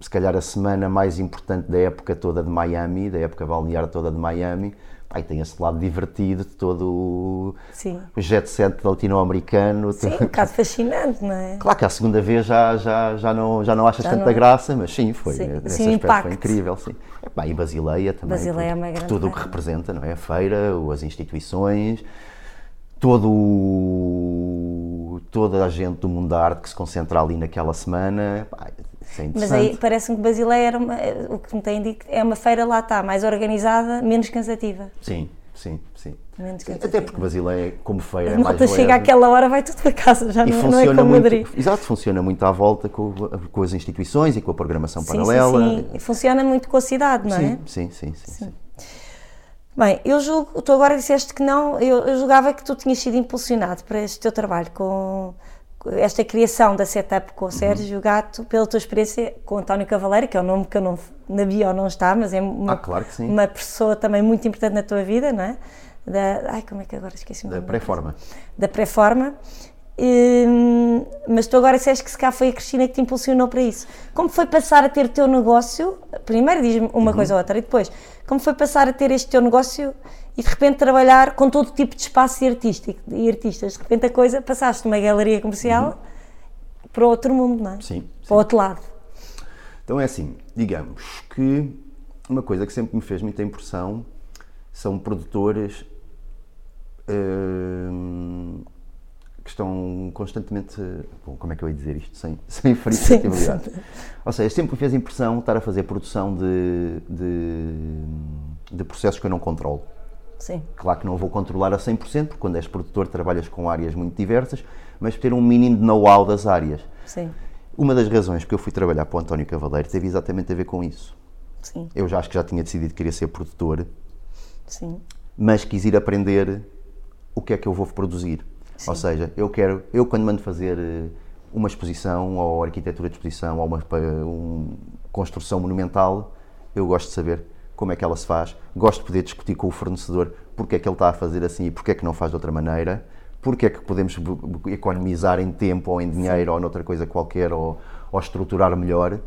Speaker 2: se calhar, a semana mais importante da época toda de Miami, da época balnear toda de Miami. Pá, e tem esse lado divertido de todo o-
Speaker 1: Sim.
Speaker 2: o jet set latino-americano.
Speaker 1: Sim, um bocado fascinante, não é?
Speaker 2: Claro que à segunda vez já, já, já, não, já não achas
Speaker 1: Já
Speaker 2: tanta
Speaker 1: não-
Speaker 2: graça, mas sim, foi.
Speaker 1: Sim, sim,
Speaker 2: nesse
Speaker 1: o
Speaker 2: aspecto foi
Speaker 1: impacto.
Speaker 2: incrível, sim. Epá, e Basileia também,
Speaker 1: Basileia é uma
Speaker 2: por, por
Speaker 1: grande
Speaker 2: tudo o que
Speaker 1: feira.
Speaker 2: representa, não é? A feira, o- as instituições, todo, o- toda a gente do mundo da arte que se concentra ali naquela semana, Epá, isso é
Speaker 1: Mas
Speaker 2: interessante.
Speaker 1: aí parece-me que Basileia era uma, é, o que me têm dito, é uma feira lá está, mais organizada, menos cansativa.
Speaker 2: Sim, sim, sim.
Speaker 1: Menos
Speaker 2: Sim,
Speaker 1: cansativa.
Speaker 2: Até porque Basileia, como feira, é
Speaker 1: a
Speaker 2: mais
Speaker 1: malta chega
Speaker 2: leve.
Speaker 1: àquela hora, vai tudo para casa, já
Speaker 2: E
Speaker 1: não, não é
Speaker 2: funciona
Speaker 1: como Madrid.
Speaker 2: muito, exato, funciona muito à volta com, com as instituições e com a programação
Speaker 1: Sim,
Speaker 2: paralela.
Speaker 1: sim, sim. Funciona muito com a cidade, não é?
Speaker 2: né? sim, sim, sim, sim. sim.
Speaker 1: Bem, eu julgo, tu agora disseste que não, eu, eu julgava que tu tinhas sido impulsionado para este teu trabalho com, esta criação da setup
Speaker 2: Uhum.
Speaker 1: com o Sérgio Gato pela tua experiência com o António Cavaleiro, que é um nome que eu não, na bio não está, mas é uma,
Speaker 2: Ah, claro que sim.
Speaker 1: uma pessoa também muito importante na tua vida, não é? Da, ai, como é que agora esqueci o
Speaker 2: Da
Speaker 1: nome?
Speaker 2: pré-forma.
Speaker 1: da pré-forma. Hum, mas tu agora disseste que se cá foi a Cristina que te impulsionou para isso. Como foi passar a ter o teu negócio? Primeiro diz-me uma
Speaker 2: Uhum.
Speaker 1: coisa ou outra, e depois, como foi passar a ter este teu negócio e de repente trabalhar com todo tipo de espaço e, artístico, e artistas? De repente a coisa, passaste de uma galeria comercial para outro mundo, não é?
Speaker 2: Uhum. Sim,
Speaker 1: Para o outro lado.
Speaker 2: Então é assim, digamos que uma coisa que sempre me fez muita impressão são produtores hum, que estão constantemente. Bom, como é que eu ia dizer isto? Sem, sem fricatividade. Ou seja, sempre me fez impressão estar a fazer produção de, de, de processos que eu não controlo.
Speaker 1: Sim.
Speaker 2: Claro que não vou controlar a 100%, porque quando és produtor trabalhas com áreas muito diversas, mas ter um mínimo de know-how das áreas.
Speaker 1: Sim,
Speaker 2: Uma das razões que eu fui trabalhar para o António Cavaleiro teve exatamente a ver com isso.
Speaker 1: sim,
Speaker 2: Eu já acho que já tinha decidido que queria ser produtor,
Speaker 1: sim.
Speaker 2: mas quis ir aprender o que é que eu vou produzir. Ou seja, eu quero, eu quando mando fazer eh, uma exposição ou arquitetura de exposição ou uma pa- um- construção monumental, eu gosto de saber como é que ela se faz, gosto de poder discutir com o fornecedor porque é que ele está a fazer assim e porque é que não faz de outra maneira, porque é que podemos bu- bu- economizar em tempo ou em dinheiro ou noutra coisa qualquer ou, ou estruturar melhor.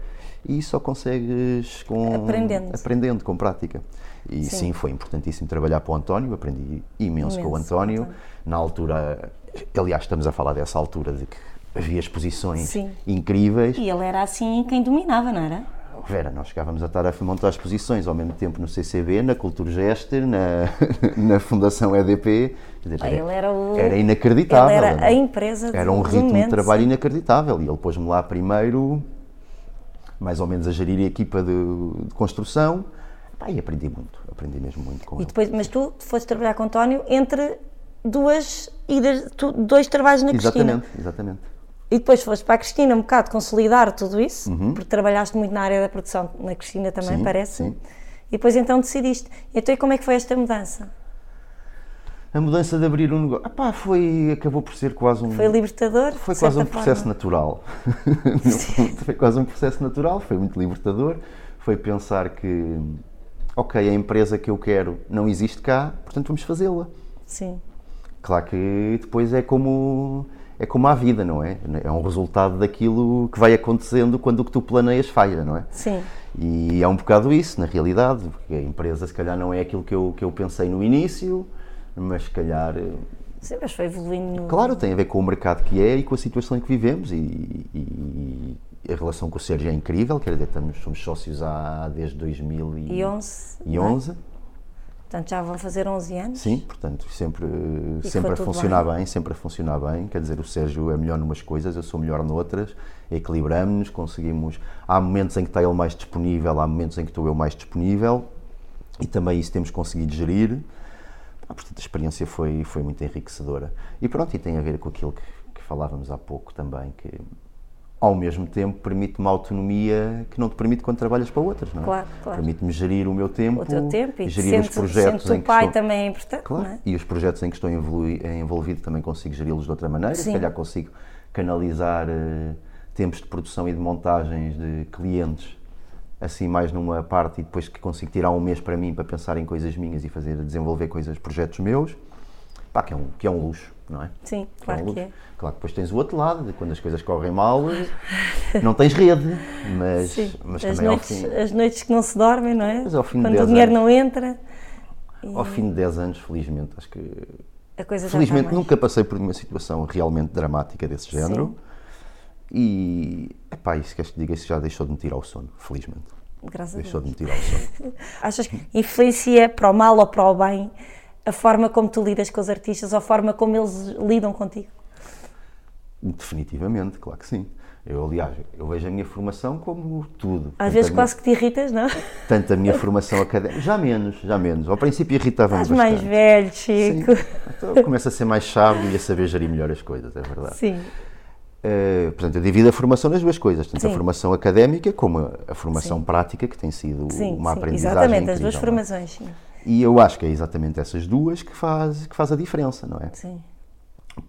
Speaker 2: E só consegues com
Speaker 1: Aprendendo.
Speaker 2: aprendendo com prática. E sim, foi importantíssimo trabalhar para o António, aprendi imenso, com
Speaker 1: Imenso,
Speaker 2: o António. Na altura, aliás, estamos a falar dessa altura de que havia exposições
Speaker 1: Sim.
Speaker 2: incríveis.
Speaker 1: E ele era assim quem dominava, não era?
Speaker 2: Vera, nós chegávamos a estar a montar exposições ao mesmo tempo no CCB, na Cultura Gester, na, na Fundação EDP. Quer dizer,
Speaker 1: Ah, ele era o-
Speaker 2: era inacreditável.
Speaker 1: ele era
Speaker 2: não é?
Speaker 1: a empresa de-
Speaker 2: Era um
Speaker 1: do
Speaker 2: ritmo
Speaker 1: momento,
Speaker 2: de trabalho inacreditável. E ele pôs-me lá primeiro, mais ou menos, a gerir a equipa de, de construção. Pá, e aprendi muito, aprendi mesmo muito com
Speaker 1: E
Speaker 2: ele.
Speaker 1: depois, mas tu foste trabalhar com o António entre duas idas, tu- dois trabalhos na Cristina.
Speaker 2: Exatamente, exatamente.
Speaker 1: E depois foste para a Cristina um bocado consolidar tudo isso, porque trabalhaste muito na área da produção na Cristina também,
Speaker 2: Uhum. Sim,
Speaker 1: parece.
Speaker 2: sim.
Speaker 1: E depois então decidiste. Então e como é que foi esta mudança?
Speaker 2: A mudança de abrir um negócio. Ah, pá, foi, acabou por ser quase um.
Speaker 1: Foi libertador?
Speaker 2: Foi
Speaker 1: de
Speaker 2: quase um
Speaker 1: certa
Speaker 2: processo
Speaker 1: forma?
Speaker 2: natural. No fundo, foi quase um processo natural, foi muito libertador. Foi pensar que, ok, a empresa que eu quero não existe cá, portanto vamos fazê-la.
Speaker 1: Sim,
Speaker 2: Claro que depois é como é como a vida, não é? É um resultado daquilo que vai acontecendo quando o que tu planeias falha, não é?
Speaker 1: sim,
Speaker 2: E é um bocado isso, na realidade, porque a empresa se calhar não é aquilo que eu, que eu pensei no início, mas se calhar
Speaker 1: sim. Mas foi evoluindo. no-
Speaker 2: Claro, tem a ver com o mercado que é e com a situação em que vivemos e, e- e a relação com o Sérgio é incrível, quer dizer, estamos, somos sócios há desde 2011.
Speaker 1: E 11. não é? Portanto já vão fazer 11 anos.
Speaker 2: Sim, portanto, sempre,
Speaker 1: E
Speaker 2: sempre
Speaker 1: foi
Speaker 2: a
Speaker 1: tudo
Speaker 2: funcionar bem. sempre a funcionar bem. Quer dizer, o Sérgio é melhor numas coisas, eu sou melhor noutras, equilibramos-nos, conseguimos. Há momentos em que está ele mais disponível, há momentos em que estou eu mais disponível e também isso temos conseguido gerir. Ah, portanto, a experiência foi, foi muito enriquecedora. E pronto, e tem a ver com aquilo que, que falávamos há pouco também, que ao mesmo tempo permite uma autonomia que não te permite quando trabalhas para outras, não é?
Speaker 1: Claro, claro.
Speaker 2: Permite-me gerir o meu tempo,
Speaker 1: O teu tempo e
Speaker 2: gerir
Speaker 1: sendo,
Speaker 2: os projetos
Speaker 1: sendo
Speaker 2: em
Speaker 1: tu
Speaker 2: que
Speaker 1: pai
Speaker 2: estou-
Speaker 1: também é importante,
Speaker 2: Claro.
Speaker 1: não é?
Speaker 2: E os projetos em que estou envolui- envolvido também consigo geri-los de outra maneira.
Speaker 1: Sim.
Speaker 2: Se calhar consigo canalizar eh, tempos de produção e de montagens de clientes assim mais numa parte e depois que consigo tirar um mês para mim para pensar em coisas minhas e fazer desenvolver coisas, projetos meus. Pá, que é um, que é um luxo, não é?
Speaker 1: Sim,
Speaker 2: Que é um
Speaker 1: claro que
Speaker 2: luxo.
Speaker 1: é.
Speaker 2: Claro que depois tens o outro lado, de quando as coisas correm mal, eh, não tens rede, mas,
Speaker 1: Sim,
Speaker 2: mas
Speaker 1: as,
Speaker 2: também ao
Speaker 1: noites,
Speaker 2: fim,
Speaker 1: as noites que não se dormem, não é?
Speaker 2: Mas ao fim de
Speaker 1: Quando o
Speaker 2: 10
Speaker 1: dinheiro
Speaker 2: anos.
Speaker 1: não entra,
Speaker 2: ao fim de 10 anos, felizmente, acho que
Speaker 1: a coisa já
Speaker 2: Felizmente
Speaker 1: está mais.
Speaker 2: nunca passei por uma situação realmente dramática desse género. E, epá, isso queres que te diga, isso já deixou de me tirar o sono, felizmente.
Speaker 1: Graças a Deus.
Speaker 2: Deixou de me tirar o sono.
Speaker 1: Achas que influencia para o mal ou para o bem a forma como tu lidas com os artistas ou a forma como eles lidam contigo?
Speaker 2: Definitivamente, claro que sim. Eu, aliás, eu vejo a minha formação como tudo.
Speaker 1: Às
Speaker 2: Tanto
Speaker 1: vezes
Speaker 2: a minha-
Speaker 1: quase que te irritas, não?
Speaker 2: Tanto a minha formação académica, já menos, já menos. Ao princípio irritava-me
Speaker 1: Estás mais
Speaker 2: bastante.
Speaker 1: velho,
Speaker 2: Sim.
Speaker 1: Chico.
Speaker 2: Então começa a ser mais sábio e a saber gerir melhor as coisas, é verdade.
Speaker 1: Sim.
Speaker 2: Eh, portanto, eu divido a formação nas duas coisas, tanto
Speaker 1: Sim.
Speaker 2: a formação académica como a, a formação prática, que tem sido
Speaker 1: Sim,
Speaker 2: uma
Speaker 1: sim,
Speaker 2: aprendizagem
Speaker 1: exatamente, as duas
Speaker 2: incrível, não é?
Speaker 1: formações. Sim.
Speaker 2: E eu acho que é exatamente essas duas que faz, que faz a diferença, não é?
Speaker 1: sim.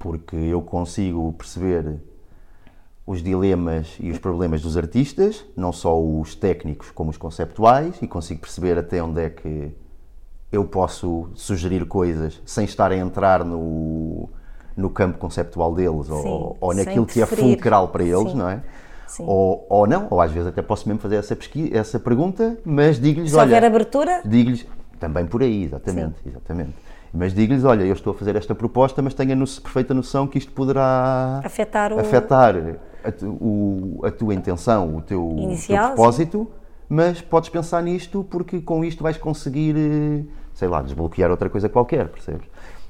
Speaker 2: Porque eu consigo perceber os dilemas e os problemas dos artistas, não só os técnicos como os conceptuais, e consigo perceber até onde é que eu posso sugerir coisas sem estar a entrar no, no campo conceptual deles ou,
Speaker 1: Sim,
Speaker 2: ou
Speaker 1: sem
Speaker 2: naquilo que é
Speaker 1: interferir.
Speaker 2: fulcral para eles,
Speaker 1: Sim,
Speaker 2: não é?
Speaker 1: sim.
Speaker 2: Ou, ou não, ou às vezes até posso mesmo fazer essa, pesqui- essa pergunta, mas digo-lhes:
Speaker 1: Se houver
Speaker 2: olha,
Speaker 1: abertura,
Speaker 2: digo-lhes, também por aí, exatamente, exatamente. Mas digo-lhes, olha, eu estou a fazer esta proposta, mas tenho a no- perfeita noção que isto poderá
Speaker 1: afetar o.
Speaker 2: afetar a, tu- o- a tua intenção, o teu, o teu
Speaker 1: Inicial, sim.
Speaker 2: propósito, mas podes pensar nisto porque com isto vais conseguir, eh, sei lá, desbloquear outra coisa qualquer, percebes?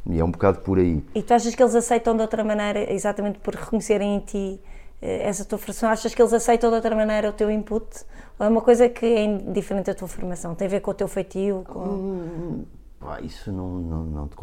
Speaker 2: E é um bocado por aí.
Speaker 1: E tu achas que eles aceitam de outra maneira, exatamente por reconhecerem em ti eh, essa tua formação? Achas que eles aceitam de outra maneira o teu input? Ou é uma coisa que é indiferente da tua formação? Tem a ver com o teu feitio? Com...
Speaker 2: Pá, isso não, não, não te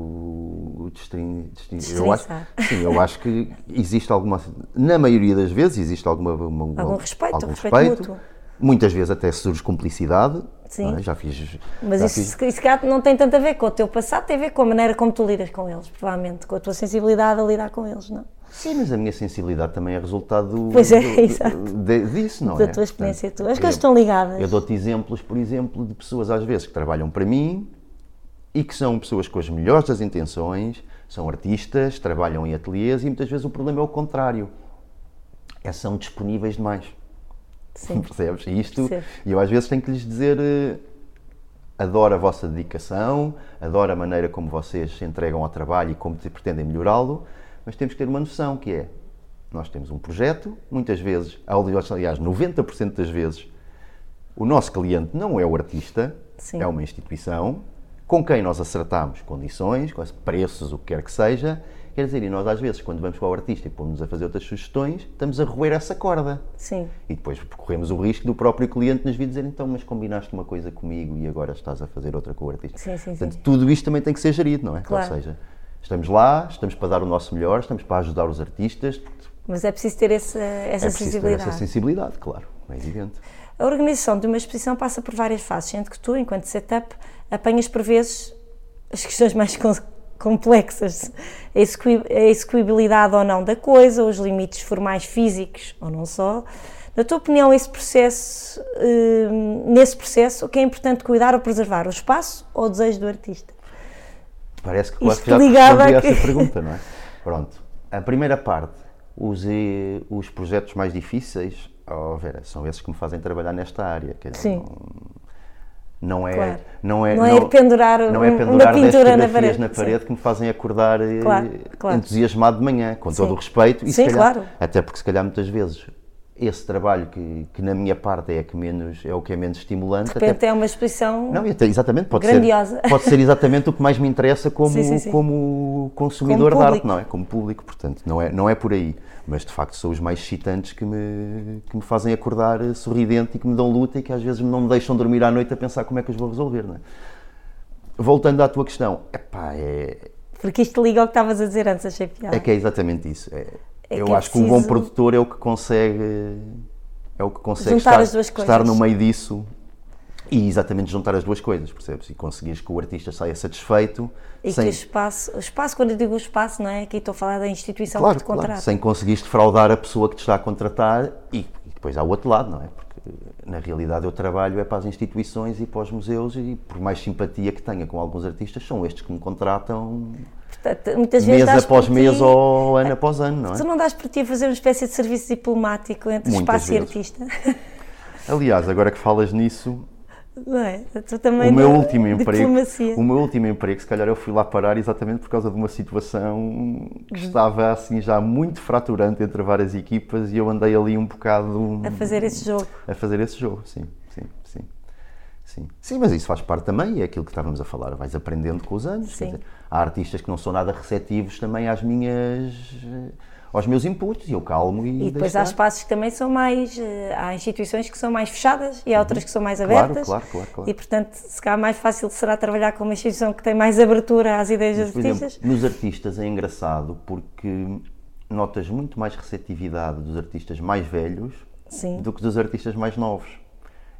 Speaker 2: consigo destrin, destrin, eu acho,
Speaker 1: Destrinçar.
Speaker 2: Sim, eu acho que existe alguma. Na maioria das vezes existe alguma. uma-
Speaker 1: Algum respeito, um respeito mútuo.
Speaker 2: Muitas vezes até surge cumplicidade.
Speaker 1: Sim.
Speaker 2: não é? Já fiz.
Speaker 1: Mas
Speaker 2: já
Speaker 1: isso,
Speaker 2: fiz-
Speaker 1: se- isso cá não tem tanto a ver com o teu passado, tem a ver com a maneira como tu lidas com eles, provavelmente, com a tua sensibilidade a lidar com eles, não?
Speaker 2: Sim, mas a minha sensibilidade também é resultado
Speaker 1: Pois é,
Speaker 2: do- do-
Speaker 1: exato.
Speaker 2: de- disso, não é?
Speaker 1: da tua experiência tua. As coisas estão ligadas.
Speaker 2: Eu dou-te exemplos, por exemplo, de pessoas às vezes que trabalham para mim e que são pessoas com as melhores das intenções, são artistas, trabalham em ateliês e muitas vezes o problema é o contrário. É são disponíveis demais.
Speaker 1: Sim.
Speaker 2: Percebes? E isto,
Speaker 1: Percebo.
Speaker 2: e eu às vezes tenho que lhes dizer eh, adoro a vossa dedicação, adoro a maneira como vocês se entregam ao trabalho e como te- pretendem melhorá-lo, mas temos que ter uma noção que é, nós temos um projeto, muitas vezes, aliás, aliás, 90% das vezes, o nosso cliente não é o artista,
Speaker 1: Sim.
Speaker 2: é uma instituição com quem nós acertamos condições, com os preços, o que quer que seja. Quer dizer, e nós às vezes, quando vamos para o artista e pomos a fazer outras sugestões, estamos a roer essa corda.
Speaker 1: Sim.
Speaker 2: E depois corremos o risco do próprio cliente nos vir dizer então, mas combinaste uma coisa comigo e agora estás a fazer outra com o artista.
Speaker 1: Sim, sim,
Speaker 2: Portanto,
Speaker 1: sim.
Speaker 2: tudo isto também tem que ser gerido, não é?
Speaker 1: Claro.
Speaker 2: Ou seja, estamos lá, estamos para dar o nosso melhor, estamos para ajudar os artistas, porque
Speaker 1: Mas é preciso ter essa, essa
Speaker 2: é preciso ter
Speaker 1: sensibilidade.
Speaker 2: essa sensibilidade, claro, é evidente.
Speaker 1: A organização de uma exposição passa por várias fases, sendo que tu, enquanto setup, apanhas por vezes as questões mais com- complexas, a execui- a execuibilidade ou não da coisa, os limites formais físicos ou não só. Na tua opinião, esse processo, hum, nesse processo, o que é importante cuidar ou preservar? O espaço ou o desejo do artista?
Speaker 2: Parece que
Speaker 1: Isto
Speaker 2: quase que já
Speaker 1: ligava
Speaker 2: respondi a
Speaker 1: que-
Speaker 2: essa pergunta, não é? Pronto, a primeira parte, os, eh, os projetos mais difíceis, oh, Vera, são esses que me fazem trabalhar nesta área. Quer dizer,
Speaker 1: Sim.
Speaker 2: não- Não é,
Speaker 1: Claro.
Speaker 2: não é,
Speaker 1: Não é ir pendurar
Speaker 2: não
Speaker 1: um-
Speaker 2: é
Speaker 1: uma
Speaker 2: pendurar dez
Speaker 1: pintura na
Speaker 2: fotografias
Speaker 1: parede,
Speaker 2: na
Speaker 1: sim.
Speaker 2: parede que me fazem acordar eh,
Speaker 1: Claro, claro.
Speaker 2: entusiasmado de manhã, com todo
Speaker 1: Sim.
Speaker 2: o respeito. E se
Speaker 1: Sim,
Speaker 2: calhar-
Speaker 1: claro.
Speaker 2: Até porque se calhar muitas vezes esse trabalho que, que na minha parte é, a que menos, é o que é menos estimulante,
Speaker 1: De
Speaker 2: até
Speaker 1: repente é uma exposição
Speaker 2: não, e até- exatamente, pode
Speaker 1: Grandiosa.
Speaker 2: ser. Pode ser exatamente o que mais me interessa como,
Speaker 1: Sim, sim, sim.
Speaker 2: como
Speaker 1: Como
Speaker 2: consumidor de
Speaker 1: público.
Speaker 2: arte, não é? Como público, portanto, não é, não é por aí. Mas de facto são os mais excitantes que me, que me fazem acordar eh, sorridente e que me dão luta e que às vezes não me deixam dormir à noite a pensar como é que os vou resolver, não é? Voltando à tua questão, epá, é,
Speaker 1: porque isto liga ao que estavas a dizer antes, achei piada.
Speaker 2: é que é exatamente isso. É-
Speaker 1: É
Speaker 2: eu
Speaker 1: que é
Speaker 2: acho que um bom
Speaker 1: preciso-
Speaker 2: produtor é o que consegue. É o que consegue
Speaker 1: Juntar
Speaker 2: estar,
Speaker 1: as duas
Speaker 2: estar no
Speaker 1: coisas.
Speaker 2: meio disso e exatamente juntar as duas coisas, percebes? E conseguires que o artista saia satisfeito
Speaker 1: E que o espaço, o espaço, quando eu digo o espaço, não é? Aqui estou a falar da instituição
Speaker 2: claro,
Speaker 1: que te
Speaker 2: claro,
Speaker 1: contrata.
Speaker 2: sem conseguires defraudar a pessoa que te está a contratar e, e depois há o outro lado, não é? Porque na realidade eu trabalho é para as instituições e para os museus e por mais simpatia que tenha com alguns artistas, são estes que me contratam
Speaker 1: Portanto, muitas vezes
Speaker 2: mês
Speaker 1: dás
Speaker 2: após
Speaker 1: por
Speaker 2: mês
Speaker 1: ti-
Speaker 2: ou ano após ano, não é?
Speaker 1: Tu não dás por ti a fazer uma espécie de serviço diplomático entre
Speaker 2: Muitas
Speaker 1: espaço
Speaker 2: vezes.
Speaker 1: e artista,
Speaker 2: Aliás, agora que falas nisso,
Speaker 1: não é? Tu também
Speaker 2: o meu
Speaker 1: não-
Speaker 2: último emprego,
Speaker 1: Diplomacia.
Speaker 2: o meu último emprego, se calhar eu fui lá parar exatamente por causa de uma situação
Speaker 1: Uhum.
Speaker 2: que estava assim já muito fraturante entre várias equipas e eu andei ali um bocado
Speaker 1: A fazer esse jogo.
Speaker 2: a fazer esse jogo, sim, sim, sim. Sim. Sim, mas isso faz parte também, e é aquilo que estávamos a falar, vais aprendendo com os anos.
Speaker 1: Sim.
Speaker 2: Quer dizer, há artistas que não são nada receptivos também às minhas, eh, aos meus inputs, e eu calmo e,
Speaker 1: E depois
Speaker 2: deixo
Speaker 1: há
Speaker 2: estar.
Speaker 1: espaços que também são mais. eh, Há instituições que são mais fechadas e há outras que são mais
Speaker 2: Uhum. Claro,
Speaker 1: abertas.
Speaker 2: claro, claro, claro.
Speaker 1: E portanto, se calhar mais fácil será trabalhar com uma instituição que tem mais abertura às ideias dos
Speaker 2: Por exemplo,
Speaker 1: artistas.
Speaker 2: nos artistas é engraçado porque notas muito mais receptividade dos artistas mais velhos
Speaker 1: Sim.
Speaker 2: do que dos artistas mais novos.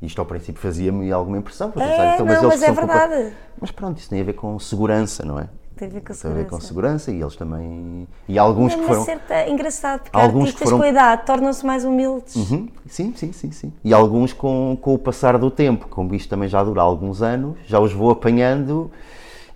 Speaker 2: Isto ao princípio fazia-me alguma impressão. porque
Speaker 1: É,
Speaker 2: eu pensava, "Então,
Speaker 1: não,
Speaker 2: eles
Speaker 1: mas é
Speaker 2: são culpa-"
Speaker 1: verdade.
Speaker 2: Mas pronto, isso tem a ver com segurança, não é?
Speaker 1: Tem a ver com a
Speaker 2: Tem a ver com
Speaker 1: segurança.
Speaker 2: segurança e eles também. E alguns que
Speaker 1: Tem
Speaker 2: foram.
Speaker 1: uma certa é engraçado, porque
Speaker 2: Alguns que
Speaker 1: artistas
Speaker 2: foram-
Speaker 1: com a idade tornam-se mais humildes.
Speaker 2: Uhum, Sim, sim, sim, sim. E alguns com, com o passar do tempo, como isto também já dura alguns anos, já os vou apanhando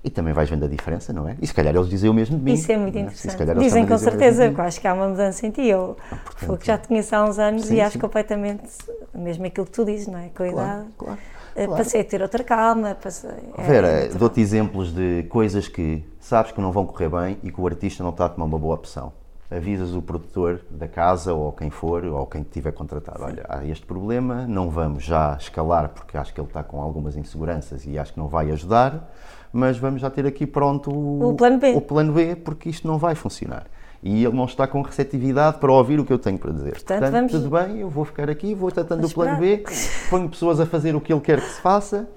Speaker 2: e também vais vendo a diferença, não é? E se calhar eles dizem o mesmo de mim.
Speaker 1: Isso é muito
Speaker 2: não E se
Speaker 1: interessante.
Speaker 2: calhar eles
Speaker 1: Dizem
Speaker 2: também
Speaker 1: com
Speaker 2: dizem o mesmo de
Speaker 1: certeza,
Speaker 2: mim.
Speaker 1: que eu acho que há uma mudança em ti. Eu
Speaker 2: portanto,
Speaker 1: foi que já te conheço há uns anos
Speaker 2: sim,
Speaker 1: e acho
Speaker 2: sim.
Speaker 1: completamente, mesmo aquilo que tu dizes, não é? Com a idade.
Speaker 2: Claro, claro.
Speaker 1: eh,
Speaker 2: claro.
Speaker 1: Passei a ter outra calma, passei. é,
Speaker 2: Vera,
Speaker 1: é natural.
Speaker 2: dou-te exemplos de coisas que sabes que não vão correr bem e que o artista não está a tomar uma boa opção. Avisas o produtor da casa ou quem for, ou quem te tiver contratado. Olha, há este problema, não vamos já escalar porque acho que ele está com algumas inseguranças e acho que não vai ajudar, mas vamos já ter aqui pronto o,
Speaker 1: O plano B.
Speaker 2: o plano B, porque isto não vai funcionar. E ele não está com receptividade para ouvir o que eu tenho para dizer.
Speaker 1: Portanto, vamos-
Speaker 2: tudo bem, eu vou ficar aqui, vou tratando do
Speaker 1: Vamos
Speaker 2: plano B,
Speaker 1: esperar.
Speaker 2: ponho pessoas a fazer o que ele quer que se faça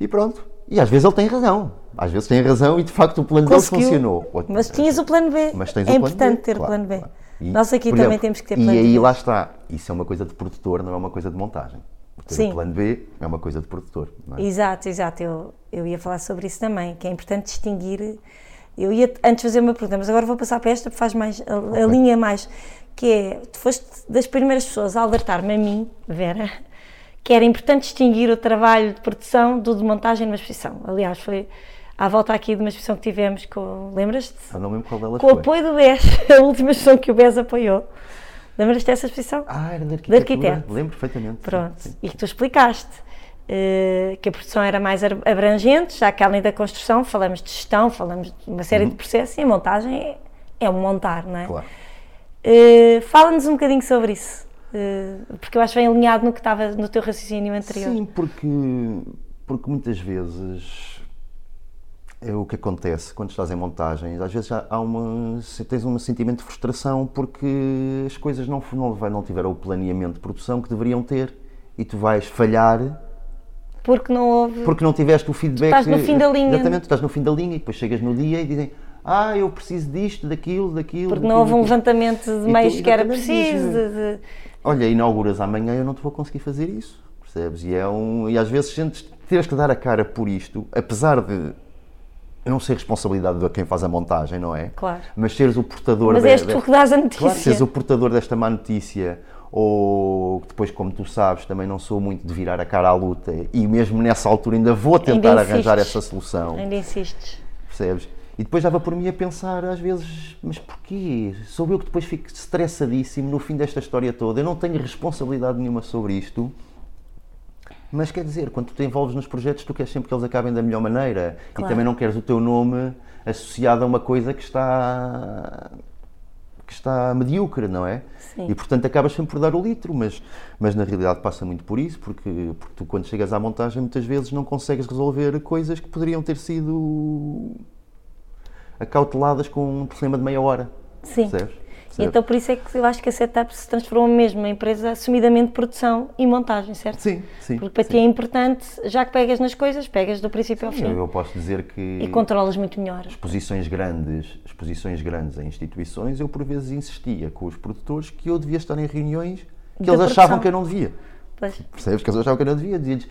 Speaker 2: e pronto. E às vezes ele tem razão. Às vezes tem razão e de facto o plano dele
Speaker 1: Conseguiu,
Speaker 2: funcionou. Ou-
Speaker 1: Mas tinhas o plano B.
Speaker 2: Mas tens
Speaker 1: é
Speaker 2: o plano
Speaker 1: importante
Speaker 2: B,
Speaker 1: ter o
Speaker 2: claro,
Speaker 1: plano B.
Speaker 2: claro. E,
Speaker 1: Nós aqui
Speaker 2: por
Speaker 1: também
Speaker 2: exemplo,
Speaker 1: temos que ter
Speaker 2: E
Speaker 1: plano B.
Speaker 2: aí lá está. Isso é uma coisa de produtor, não é uma coisa de montagem. Ter
Speaker 1: Sim.
Speaker 2: o plano B é uma coisa de produtor. Não é?
Speaker 1: Exato, exato. Eu, eu ia falar sobre isso também, que é importante distinguir. Eu ia antes fazer uma pergunta, mas agora vou passar para esta, porque faz mais a, a linha mais. Que é, tu foste das primeiras pessoas a alertar-me a mim, Vera, que era importante distinguir o trabalho de produção do de montagem numa exposição. Aliás, foi à volta aqui de uma exposição que tivemos com. Lembras-te?
Speaker 2: Eu não me lembro qual delas
Speaker 1: Com o
Speaker 2: Ah, foi.
Speaker 1: apoio do BES, a última exposição que o BES apoiou. Lembras-te dessa exposição?
Speaker 2: Ah, era de arquitetura.
Speaker 1: arquiteto.
Speaker 2: Lembro perfeitamente. sim,
Speaker 1: Pronto,
Speaker 2: sim.
Speaker 1: e que tu explicaste eh, que a produção era mais ar- abrangente, já que além da construção falamos de gestão, falamos de uma série de processos e a montagem é, é um montar, não é?
Speaker 2: Uhum. Claro.
Speaker 1: Eh, Fala-nos um bocadinho sobre isso, eh, porque eu acho bem alinhado no que estava no teu raciocínio anterior.
Speaker 2: Sim, porque, porque muitas vezes é o que acontece quando estás em montagens. Às vezes há há uma, se- tens um sentimento de frustração porque as coisas não, fo- não, vai- não tiveram o planeamento de produção que deveriam ter e tu vais falhar
Speaker 1: Porque não houve.
Speaker 2: porque não tiveste o feedback.
Speaker 1: estás no fim da linha.
Speaker 2: Exatamente, tu estás no fim da linha e depois chegas no dia e dizem ah, eu preciso disto, daquilo, daquilo.
Speaker 1: Porque
Speaker 2: daquilo,
Speaker 1: não houve um
Speaker 2: daquilo."
Speaker 1: levantamento de
Speaker 2: tu-
Speaker 1: meios que era
Speaker 2: exatamente
Speaker 1: preciso.
Speaker 2: isso.
Speaker 1: de- de-
Speaker 2: olha, inauguras amanhã, eu não te vou conseguir fazer isso, percebes? E, é um, e às vezes sentes teres que dar a cara por isto, apesar de não ser responsabilidade de quem faz a montagem, não é?
Speaker 1: Claro.
Speaker 2: Mas seres o portador
Speaker 1: Mas
Speaker 2: de-
Speaker 1: és
Speaker 2: de-
Speaker 1: tu que dás a
Speaker 2: Claro,
Speaker 1: notícia.
Speaker 2: seres o portador desta má notícia, ou que depois, como tu sabes, também não sou muito de virar a cara à luta, e mesmo nessa altura ainda vou tentar
Speaker 1: Ainda
Speaker 2: arranjar
Speaker 1: insistes.
Speaker 2: essa solução
Speaker 1: Ainda insistes.
Speaker 2: percebes? E depois dava por mim a pensar às vezes, mas porquê? Sou eu que depois fico estressadíssimo no fim desta história toda, eu não tenho responsabilidade nenhuma sobre isto. Mas quer dizer, quando tu te envolves nos projetos, tu queres sempre que eles acabem da melhor maneira
Speaker 1: Claro.
Speaker 2: e também não queres o teu nome associado a uma coisa que está que está medíocre, não é?
Speaker 1: Sim.
Speaker 2: E portanto acabas sempre por dar o litro, mas, mas na realidade passa muito por isso, porque, porque tu quando chegas à montagem muitas vezes não consegues resolver coisas que poderiam ter sido acauteladas com um problema de meia hora.
Speaker 1: Sim.
Speaker 2: Percebes? Percebes?
Speaker 1: Então por isso é que eu acho que a Setup se transformou mesmo numa empresa assumidamente de produção e montagem, certo?
Speaker 2: Sim, sim.
Speaker 1: Porque para ti é importante, já que pegas nas coisas, pegas do princípio ao
Speaker 2: sim.
Speaker 1: fim
Speaker 2: Eu, eu posso dizer que
Speaker 1: e controlas muito melhor.
Speaker 2: exposições grandes, exposições grandes em instituições, eu por vezes insistia com os produtores que eu devia estar em reuniões que
Speaker 1: Da
Speaker 2: eles
Speaker 1: produção.
Speaker 2: achavam que eu não devia.
Speaker 1: Pois,
Speaker 2: Percebes que eles achavam que eu não devia? Dizia-lhes,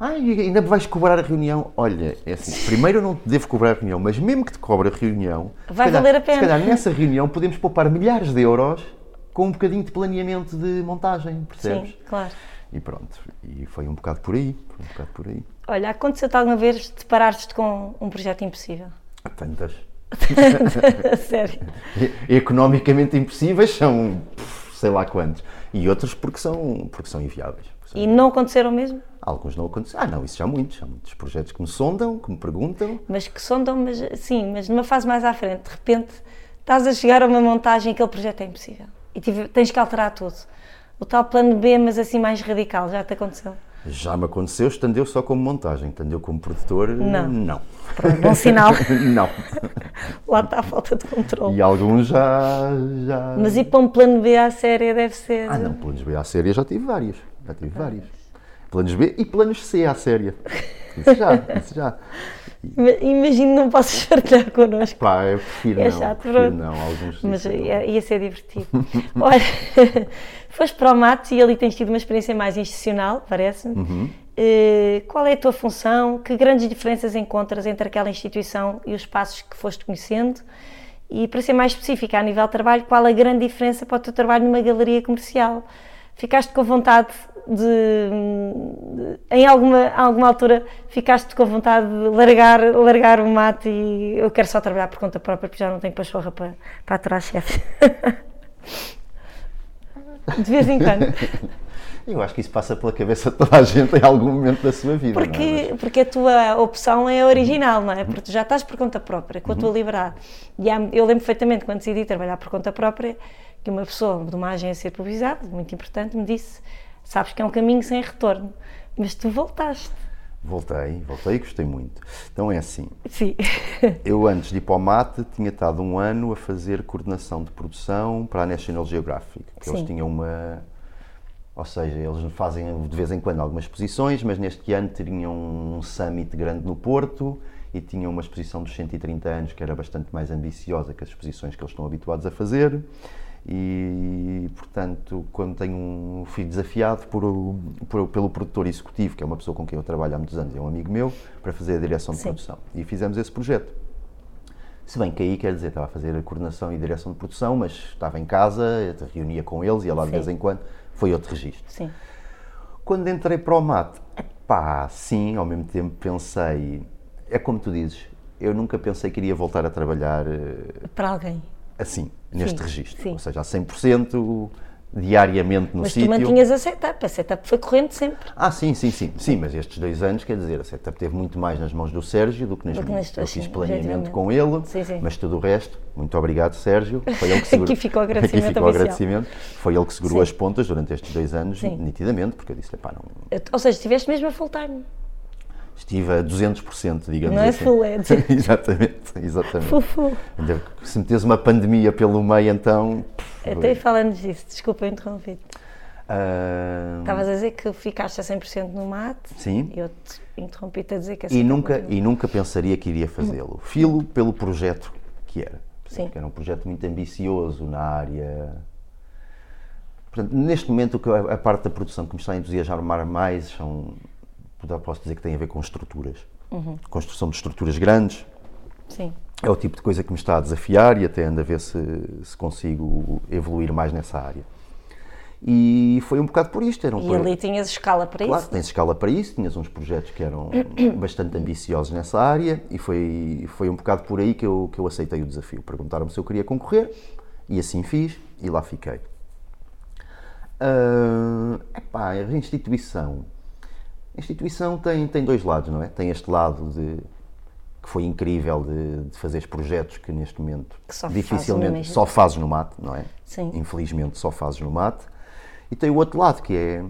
Speaker 2: ah, e ainda vais cobrar a reunião. Olha, é assim, primeiro eu não te devo cobrar a reunião, mas mesmo que te cobre a reunião, se
Speaker 1: Vai
Speaker 2: calhar-
Speaker 1: valer a pena.
Speaker 2: Se calhar nessa reunião podemos poupar milhares de euros com um bocadinho de planeamento de montagem, percebes?
Speaker 1: sim, claro.
Speaker 2: E pronto, e foi um bocado por aí, foi um bocado por aí.
Speaker 1: Olha, aconteceu-te alguma vez deparares-te com um projeto impossível?
Speaker 2: Há tantas.
Speaker 1: Sério.
Speaker 2: E- economicamente impossíveis são pff, sei lá quantos. E outros porque são, porque são inviáveis. Porque são-
Speaker 1: E não aconteceram mesmo?
Speaker 2: Alguns não acontecem. Ah, não, isso já há muitos. Há muitos projetos que me sondam, que me perguntam.
Speaker 1: Mas que sondam, mas sim, mas numa fase mais à frente, de repente estás a chegar a uma montagem e aquele projeto é impossível. E tive- tens que alterar tudo. O tal plano B, mas assim mais radical, já te aconteceu?
Speaker 2: Já me aconteceu, estando eu só como montagem, estando eu como produtor,
Speaker 1: Não.
Speaker 2: não.
Speaker 1: Pronto, bom sinal.
Speaker 2: não.
Speaker 1: Lá está a falta de controle.
Speaker 2: E alguns já, já.
Speaker 1: Mas ir para um plano B à séria deve ser.
Speaker 2: Ah, não, planos B à séria já tive vários. Já tive vários. Planos B e planos C à séria. Isso já, isso já.
Speaker 1: Ima- Imagino não possas partilhar connosco.
Speaker 2: Pá, eu prefiro
Speaker 1: É
Speaker 2: não.
Speaker 1: chato,
Speaker 2: prefiro
Speaker 1: pronto.
Speaker 2: não, alguns.
Speaker 1: Mas
Speaker 2: disso não.
Speaker 1: ia, ia ser divertido. Olha, foste para o Matos e ali tens tido uma experiência mais institucional, parece-me. eh, qual é a tua função, que grandes diferenças encontras entre aquela instituição e os espaços que foste conhecendo e, para ser mais específica, a nível de trabalho, qual a grande diferença para o teu trabalho numa galeria comercial? Ficaste com vontade de, de- em alguma, a alguma altura, ficaste com vontade de largar, largar o mate e eu quero só trabalhar por conta própria porque já não tenho pachorra para, para aturar chefes. De vez em quando.
Speaker 2: Eu acho que isso passa pela cabeça de toda a gente em algum momento da sua vida. não é? Mas- Uhum.
Speaker 1: Porque, porque a tua opção é original, não é? Porque tu já estás por conta própria, com a tua liberdade. E há- eu lembro perfeitamente quando decidi trabalhar por conta própria, que uma pessoa de uma agência publicizada, muito importante, me disse: Sabes que é um caminho sem retorno, mas tu voltaste.
Speaker 2: Voltei, voltei e gostei muito. Então é assim,
Speaker 1: Sim.
Speaker 2: eu antes de ir para o Mate tinha estado um ano a fazer coordenação de produção para a National Geographic. que Eles
Speaker 1: Sim.
Speaker 2: tinham uma... Ou seja, eles fazem de vez em quando algumas exposições, mas neste ano tinham um summit grande no Porto e tinham uma exposição dos 130 anos que era bastante mais ambiciosa que as exposições que eles estão habituados a fazer. E, portanto, quando tenho um, fui desafiado por, o- por- pelo produtor executivo, que é uma pessoa com quem eu trabalho há muitos anos, é um amigo meu, para fazer a direção de
Speaker 1: Sim.
Speaker 2: produção. E fizemos esse projeto. Se bem que aí, quer dizer, estava a fazer a coordenação e direção de produção, mas estava em casa, eu reunia com eles, ia lá de
Speaker 1: Sim.
Speaker 2: vez em quando, foi outro registro.
Speaker 1: Sim.
Speaker 2: Quando entrei para o mate, pá, sim, ao mesmo tempo pensei, é como tu dizes, eu nunca pensei que iria voltar a trabalhar eh,
Speaker 1: Para alguém.
Speaker 2: assim, neste
Speaker 1: Sim,
Speaker 2: registro,
Speaker 1: sim.
Speaker 2: ou seja, a 100% diariamente no
Speaker 1: mas
Speaker 2: sítio.
Speaker 1: tu mantinhas a setup, a setup foi corrente sempre.
Speaker 2: Ah, sim, sim, sim. Sim, mas estes dois anos, quer dizer, a setup teve muito mais nas mãos do Sérgio do que nas
Speaker 1: Do que
Speaker 2: minhas.
Speaker 1: nas
Speaker 2: Eu
Speaker 1: tuas,
Speaker 2: fiz
Speaker 1: sim,
Speaker 2: planeamento
Speaker 1: efetivamente.
Speaker 2: com ele,
Speaker 1: Sim, sim.
Speaker 2: mas tudo o resto, muito obrigado, Sérgio. Foi ele que segurou.
Speaker 1: Aqui fica o agradecimento
Speaker 2: Aqui fica o
Speaker 1: oficial.
Speaker 2: agradecimento. Foi ele que segurou
Speaker 1: Sim.
Speaker 2: as pontas durante estes dois anos,
Speaker 1: Sim.
Speaker 2: nitidamente, porque eu disse, pá, não,
Speaker 1: Ou seja, estiveste mesmo a full time.
Speaker 2: Estive a 200%, digamos
Speaker 1: Não é
Speaker 2: assim.
Speaker 1: full edge.
Speaker 2: exatamente, exatamente.
Speaker 1: Full, full.
Speaker 2: Ainda que Se metes uma pandemia pelo meio, então. pff,
Speaker 1: Até falando disso, desculpa interromper-te.
Speaker 2: Uhum. ah,
Speaker 1: Estavas a dizer que ficaste a 100% no mate.
Speaker 2: Sim.
Speaker 1: Eu te interrompi-te a dizer que é
Speaker 2: E
Speaker 1: sempre
Speaker 2: nunca,
Speaker 1: muito-
Speaker 2: e nunca pensaria que iria fazê-lo. Filo pelo projeto que era.
Speaker 1: Sim.
Speaker 2: Porque era um projeto muito ambicioso na área. Portanto, neste momento, o que a a parte da produção que me está a entusiasmar mais são. Posso dizer que tem a ver com estruturas.
Speaker 1: Uhum.
Speaker 2: Construção de estruturas grandes,
Speaker 1: Sim,
Speaker 2: é o tipo de coisa que me está a desafiar e até ando a ver se, se consigo evoluir mais nessa área. E foi um bocado por isto. Era um
Speaker 1: e
Speaker 2: pro-
Speaker 1: ali tinhas escala para
Speaker 2: Claro,
Speaker 1: isso.
Speaker 2: tens escala para isso, tinhas uns projetos que eram bastante ambiciosos nessa área e foi, foi um bocado por aí que eu, que eu aceitei o desafio. Perguntaram-me se eu queria concorrer e assim fiz e lá fiquei. Ah, epá, a reinstituição. A instituição tem, tem dois lados, não é? Tem este lado de que foi incrível de, de fazeres projetos que neste momento
Speaker 1: Que só fazes no
Speaker 2: dificilmente
Speaker 1: mesmo.
Speaker 2: só fazes no mate, não é?
Speaker 1: Sim.
Speaker 2: Infelizmente só fazes no mate. E tem o outro lado que é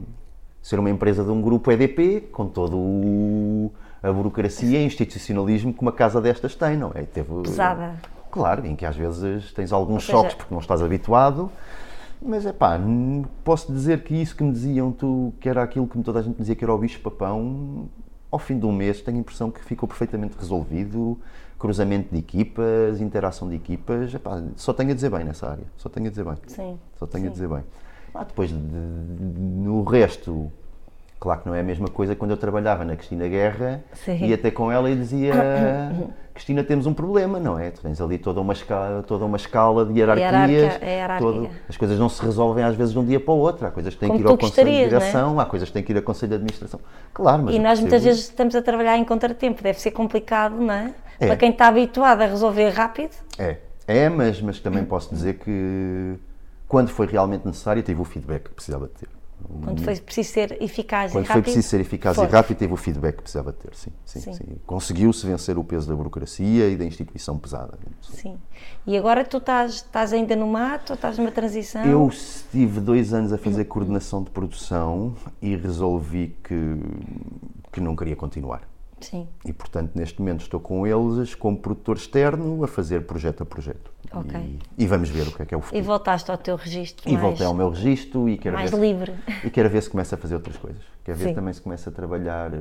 Speaker 2: ser uma empresa de um grupo EDP com todo o a burocracia e institucionalismo que uma casa destas tem, não é? E Teve,
Speaker 1: Pesada.
Speaker 2: Claro, em que às vezes tens alguns
Speaker 1: seja-
Speaker 2: choques porque não estás habituado, mas é pá, n- posso dizer que isso que me diziam, tu, que era aquilo que toda a gente dizia que era o bicho-papão, ao fim de um mês tenho a impressão que ficou perfeitamente resolvido. Cruzamento de equipas, interação de equipas, epá, só tenho a dizer bem nessa área, só tenho a dizer bem.
Speaker 1: Sim.
Speaker 2: Só tenho a dizer bem. Ah, depois, de- no resto, claro que não é a mesma coisa quando eu trabalhava na Cristina Guerra
Speaker 1: Sim.
Speaker 2: e até com ela e dizia: Cristina, temos um problema, não é? Tu tens ali toda uma escala, toda uma escala de hierarquias.
Speaker 1: Hierarquia, é hierarquia.
Speaker 2: as coisas não se resolvem às vezes de um dia para o outro. Há coisas que têm
Speaker 1: Como
Speaker 2: que ir ao
Speaker 1: tu
Speaker 2: Conselho de
Speaker 1: gostarias, não é?
Speaker 2: Direção, há coisas que têm que ir ao Conselho de Administração. Claro, mas.
Speaker 1: E
Speaker 2: eu
Speaker 1: nós muitas
Speaker 2: percebo
Speaker 1: vezes estamos a trabalhar em contratempo, deve ser complicado, não é?
Speaker 2: É.
Speaker 1: Para quem está habituado a resolver rápido,
Speaker 2: É, é mas, mas também posso dizer que quando foi realmente necessário, tive o feedback que precisava de ter.
Speaker 1: quando foi preciso ser eficaz
Speaker 2: Hum. Quando
Speaker 1: e
Speaker 2: foi
Speaker 1: rápido.
Speaker 2: preciso ser eficaz
Speaker 1: foste.
Speaker 2: e rápido, teve o feedback que precisava ter, sim. sim,
Speaker 1: Sim.
Speaker 2: sim. Conseguiu-se vencer o peso da burocracia e da instituição pesada.
Speaker 1: Sim. E agora tu estás, estás ainda no mato ou estás numa transição?
Speaker 2: Eu estive dois anos a fazer coordenação de produção e resolvi que, que não queria continuar.
Speaker 1: Sim.
Speaker 2: E, portanto, neste momento estou com eles como produtor externo a fazer projeto a projeto.
Speaker 1: Ok.
Speaker 2: E, e vamos ver o que é que é o
Speaker 1: E
Speaker 2: futuro.
Speaker 1: voltaste ao teu registro
Speaker 2: E
Speaker 1: mais,
Speaker 2: voltei ao meu registro e quero
Speaker 1: mais
Speaker 2: ver se-
Speaker 1: livre.
Speaker 2: E quero ver se começa a fazer outras coisas. Quero ver
Speaker 1: Sim.
Speaker 2: também se começa a trabalhar eh,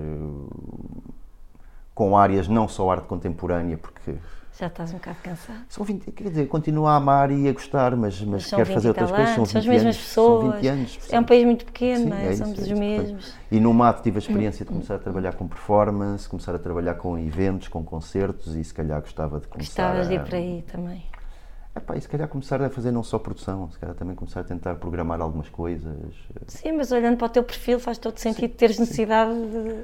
Speaker 2: com áreas não só arte contemporânea, porque
Speaker 1: Já estás um bocado cansado.
Speaker 2: São 20, quer dizer, continuo a amar e a gostar, mas, mas
Speaker 1: São
Speaker 2: quero
Speaker 1: 20
Speaker 2: fazer outras coisas. São
Speaker 1: talentos,
Speaker 2: 20
Speaker 1: são as mesmas
Speaker 2: anos,
Speaker 1: pessoas.
Speaker 2: São 20 anos.
Speaker 1: É um
Speaker 2: percebes?
Speaker 1: país muito pequeno,
Speaker 2: Sim,
Speaker 1: não
Speaker 2: é
Speaker 1: é?
Speaker 2: isso,
Speaker 1: Somos
Speaker 2: é
Speaker 1: os
Speaker 2: isso, portanto.
Speaker 1: mesmos.
Speaker 2: E no MAT tive a
Speaker 1: Hum,
Speaker 2: experiência de começar a trabalhar com performance, começar a trabalhar com eventos, com concertos e se calhar gostava de começar
Speaker 1: Gostavas de ir
Speaker 2: a-
Speaker 1: para aí também.
Speaker 2: Epá, e se calhar começar a fazer não só produção, se calhar também começar a tentar programar algumas coisas.
Speaker 1: Sim, mas olhando para o teu perfil faz todo sentido teres necessidade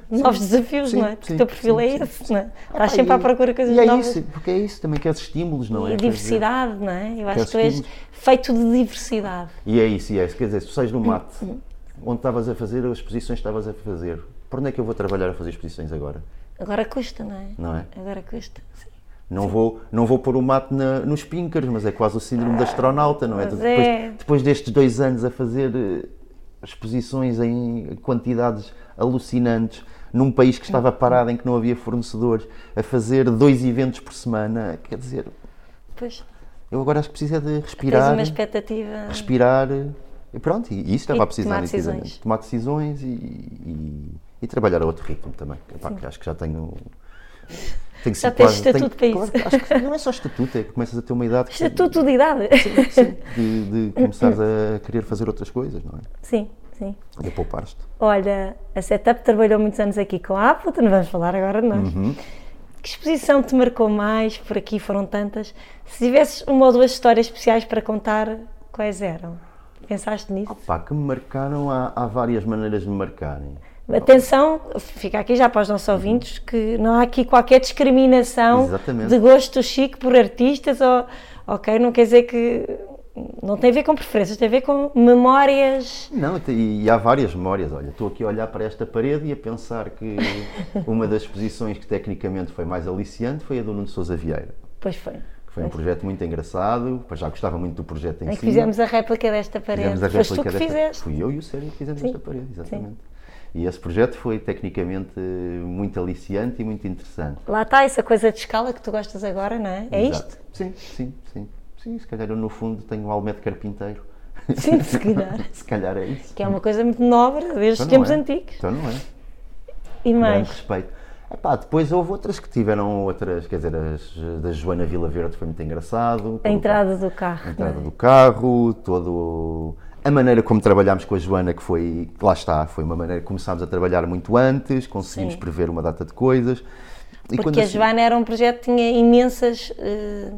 Speaker 1: de novos desafios,
Speaker 2: sim,
Speaker 1: não é? Porque
Speaker 2: sim,
Speaker 1: o teu perfil
Speaker 2: sim,
Speaker 1: é
Speaker 2: sim,
Speaker 1: esse, não é?
Speaker 2: Epá,
Speaker 1: Estás sempre
Speaker 2: e-
Speaker 1: à procura de coisas
Speaker 2: e é
Speaker 1: novas.
Speaker 2: Isso, porque é isso, também queres estímulos, não é?
Speaker 1: E
Speaker 2: Quer dizer,
Speaker 1: diversidade, não é? Eu acho que tu
Speaker 2: Queres
Speaker 1: és feito de diversidade.
Speaker 2: E é isso, e é isso. Quer dizer, se tu sais no mate,
Speaker 1: Uhum.
Speaker 2: onde estavas a fazer as exposições que estavas a fazer, por onde é que eu vou trabalhar a fazer exposições agora?
Speaker 1: Agora custa, não é?
Speaker 2: Não é?
Speaker 1: Agora custa. Sim.
Speaker 2: Não vou, não vou pôr o mate na- nos pinkers, mas é quase o síndrome da astronauta, não é?
Speaker 1: Pois
Speaker 2: Depois,
Speaker 1: é.
Speaker 2: depois destes dois anos a fazer eh, exposições em quantidades alucinantes, num país que estava parado, em que não havia fornecedores, a fazer dois eventos por semana, quer dizer,
Speaker 1: Pois
Speaker 2: eu agora acho que preciso é de
Speaker 1: tens
Speaker 2: respirar,
Speaker 1: uma expectativa.
Speaker 2: respirar, e pronto, e, e isso estava
Speaker 1: E
Speaker 2: a precisar
Speaker 1: tomar
Speaker 2: nitidamente.
Speaker 1: decisões.
Speaker 2: Tomar decisões e, e- e trabalhar a outro ritmo também, que, pá, que acho que já tenho... tenho
Speaker 1: Já
Speaker 2: sido
Speaker 1: tens
Speaker 2: quase- tenho-
Speaker 1: estatuto para
Speaker 2: claro,
Speaker 1: isso.
Speaker 2: acho que não é só estatuto, é que começas a ter uma idade que-
Speaker 1: Estatuto de idade.
Speaker 2: Sim, de, de começares a querer fazer outras coisas, não é?
Speaker 1: Sim, sim.
Speaker 2: E a poupar-te.
Speaker 1: Olha, a Setup trabalhou muitos anos aqui com a Apple, tu não vamos falar agora de nós.
Speaker 2: Uhum.
Speaker 1: Que exposição te marcou mais? Por aqui foram tantas. Se tivesses uma ou duas histórias especiais para contar, quais eram? Pensaste nisso?
Speaker 2: Pá, que me marcaram, há, há várias maneiras de me marcarem.
Speaker 1: Atenção, fica aqui já para os nossos ouvintes que não há aqui qualquer discriminação
Speaker 2: Exatamente.
Speaker 1: de gosto chique por artistas, ou, ok? Não quer dizer que. Não tem a ver com preferências, tem a ver com memórias.
Speaker 2: Não, e te- e há várias memórias. Olha, estou aqui a olhar para esta parede e a pensar que uma das exposições que tecnicamente foi mais aliciante foi a do Nuno Sousa Vieira,
Speaker 1: Pois foi.
Speaker 2: que foi um projeto muito engraçado, pois já gostava muito do projeto em
Speaker 1: Em
Speaker 2: si.
Speaker 1: que fizemos a réplica desta parede.
Speaker 2: Fizemos a
Speaker 1: Foste tu
Speaker 2: réplica
Speaker 1: que
Speaker 2: desta-
Speaker 1: fizeste.
Speaker 2: Fui eu e o Sérgio que fizemos esta parede, exatamente. E esse projeto foi tecnicamente muito aliciante e muito interessante.
Speaker 1: Lá está essa coisa de escala que tu gostas agora, não é? É isto?
Speaker 2: Exato. Sim, sim, sim. Sim, se calhar eu no fundo tenho um alma de carpinteiro.
Speaker 1: Sim, se calhar.
Speaker 2: se calhar é isso.
Speaker 1: Que é uma coisa muito nobre desde
Speaker 2: Então
Speaker 1: os
Speaker 2: não
Speaker 1: tempos
Speaker 2: é.
Speaker 1: antigos.
Speaker 2: Então não é.
Speaker 1: E
Speaker 2: Grande
Speaker 1: mais.
Speaker 2: respeito. Epá, depois houve outras que tiveram outras, quer dizer, as da Joana Vila Verde foi muito engraçado.
Speaker 1: A
Speaker 2: Todo o-
Speaker 1: entrada do
Speaker 2: a
Speaker 1: carro. não é?
Speaker 2: entrada do carro, todo a maneira como trabalhámos com a Joana, que foi, que lá está, foi uma maneira que começámos a trabalhar muito antes, conseguimos prever uma data de coisas. E quando
Speaker 1: Porque a
Speaker 2: assim-
Speaker 1: Joana era um projeto que tinha imensas eh,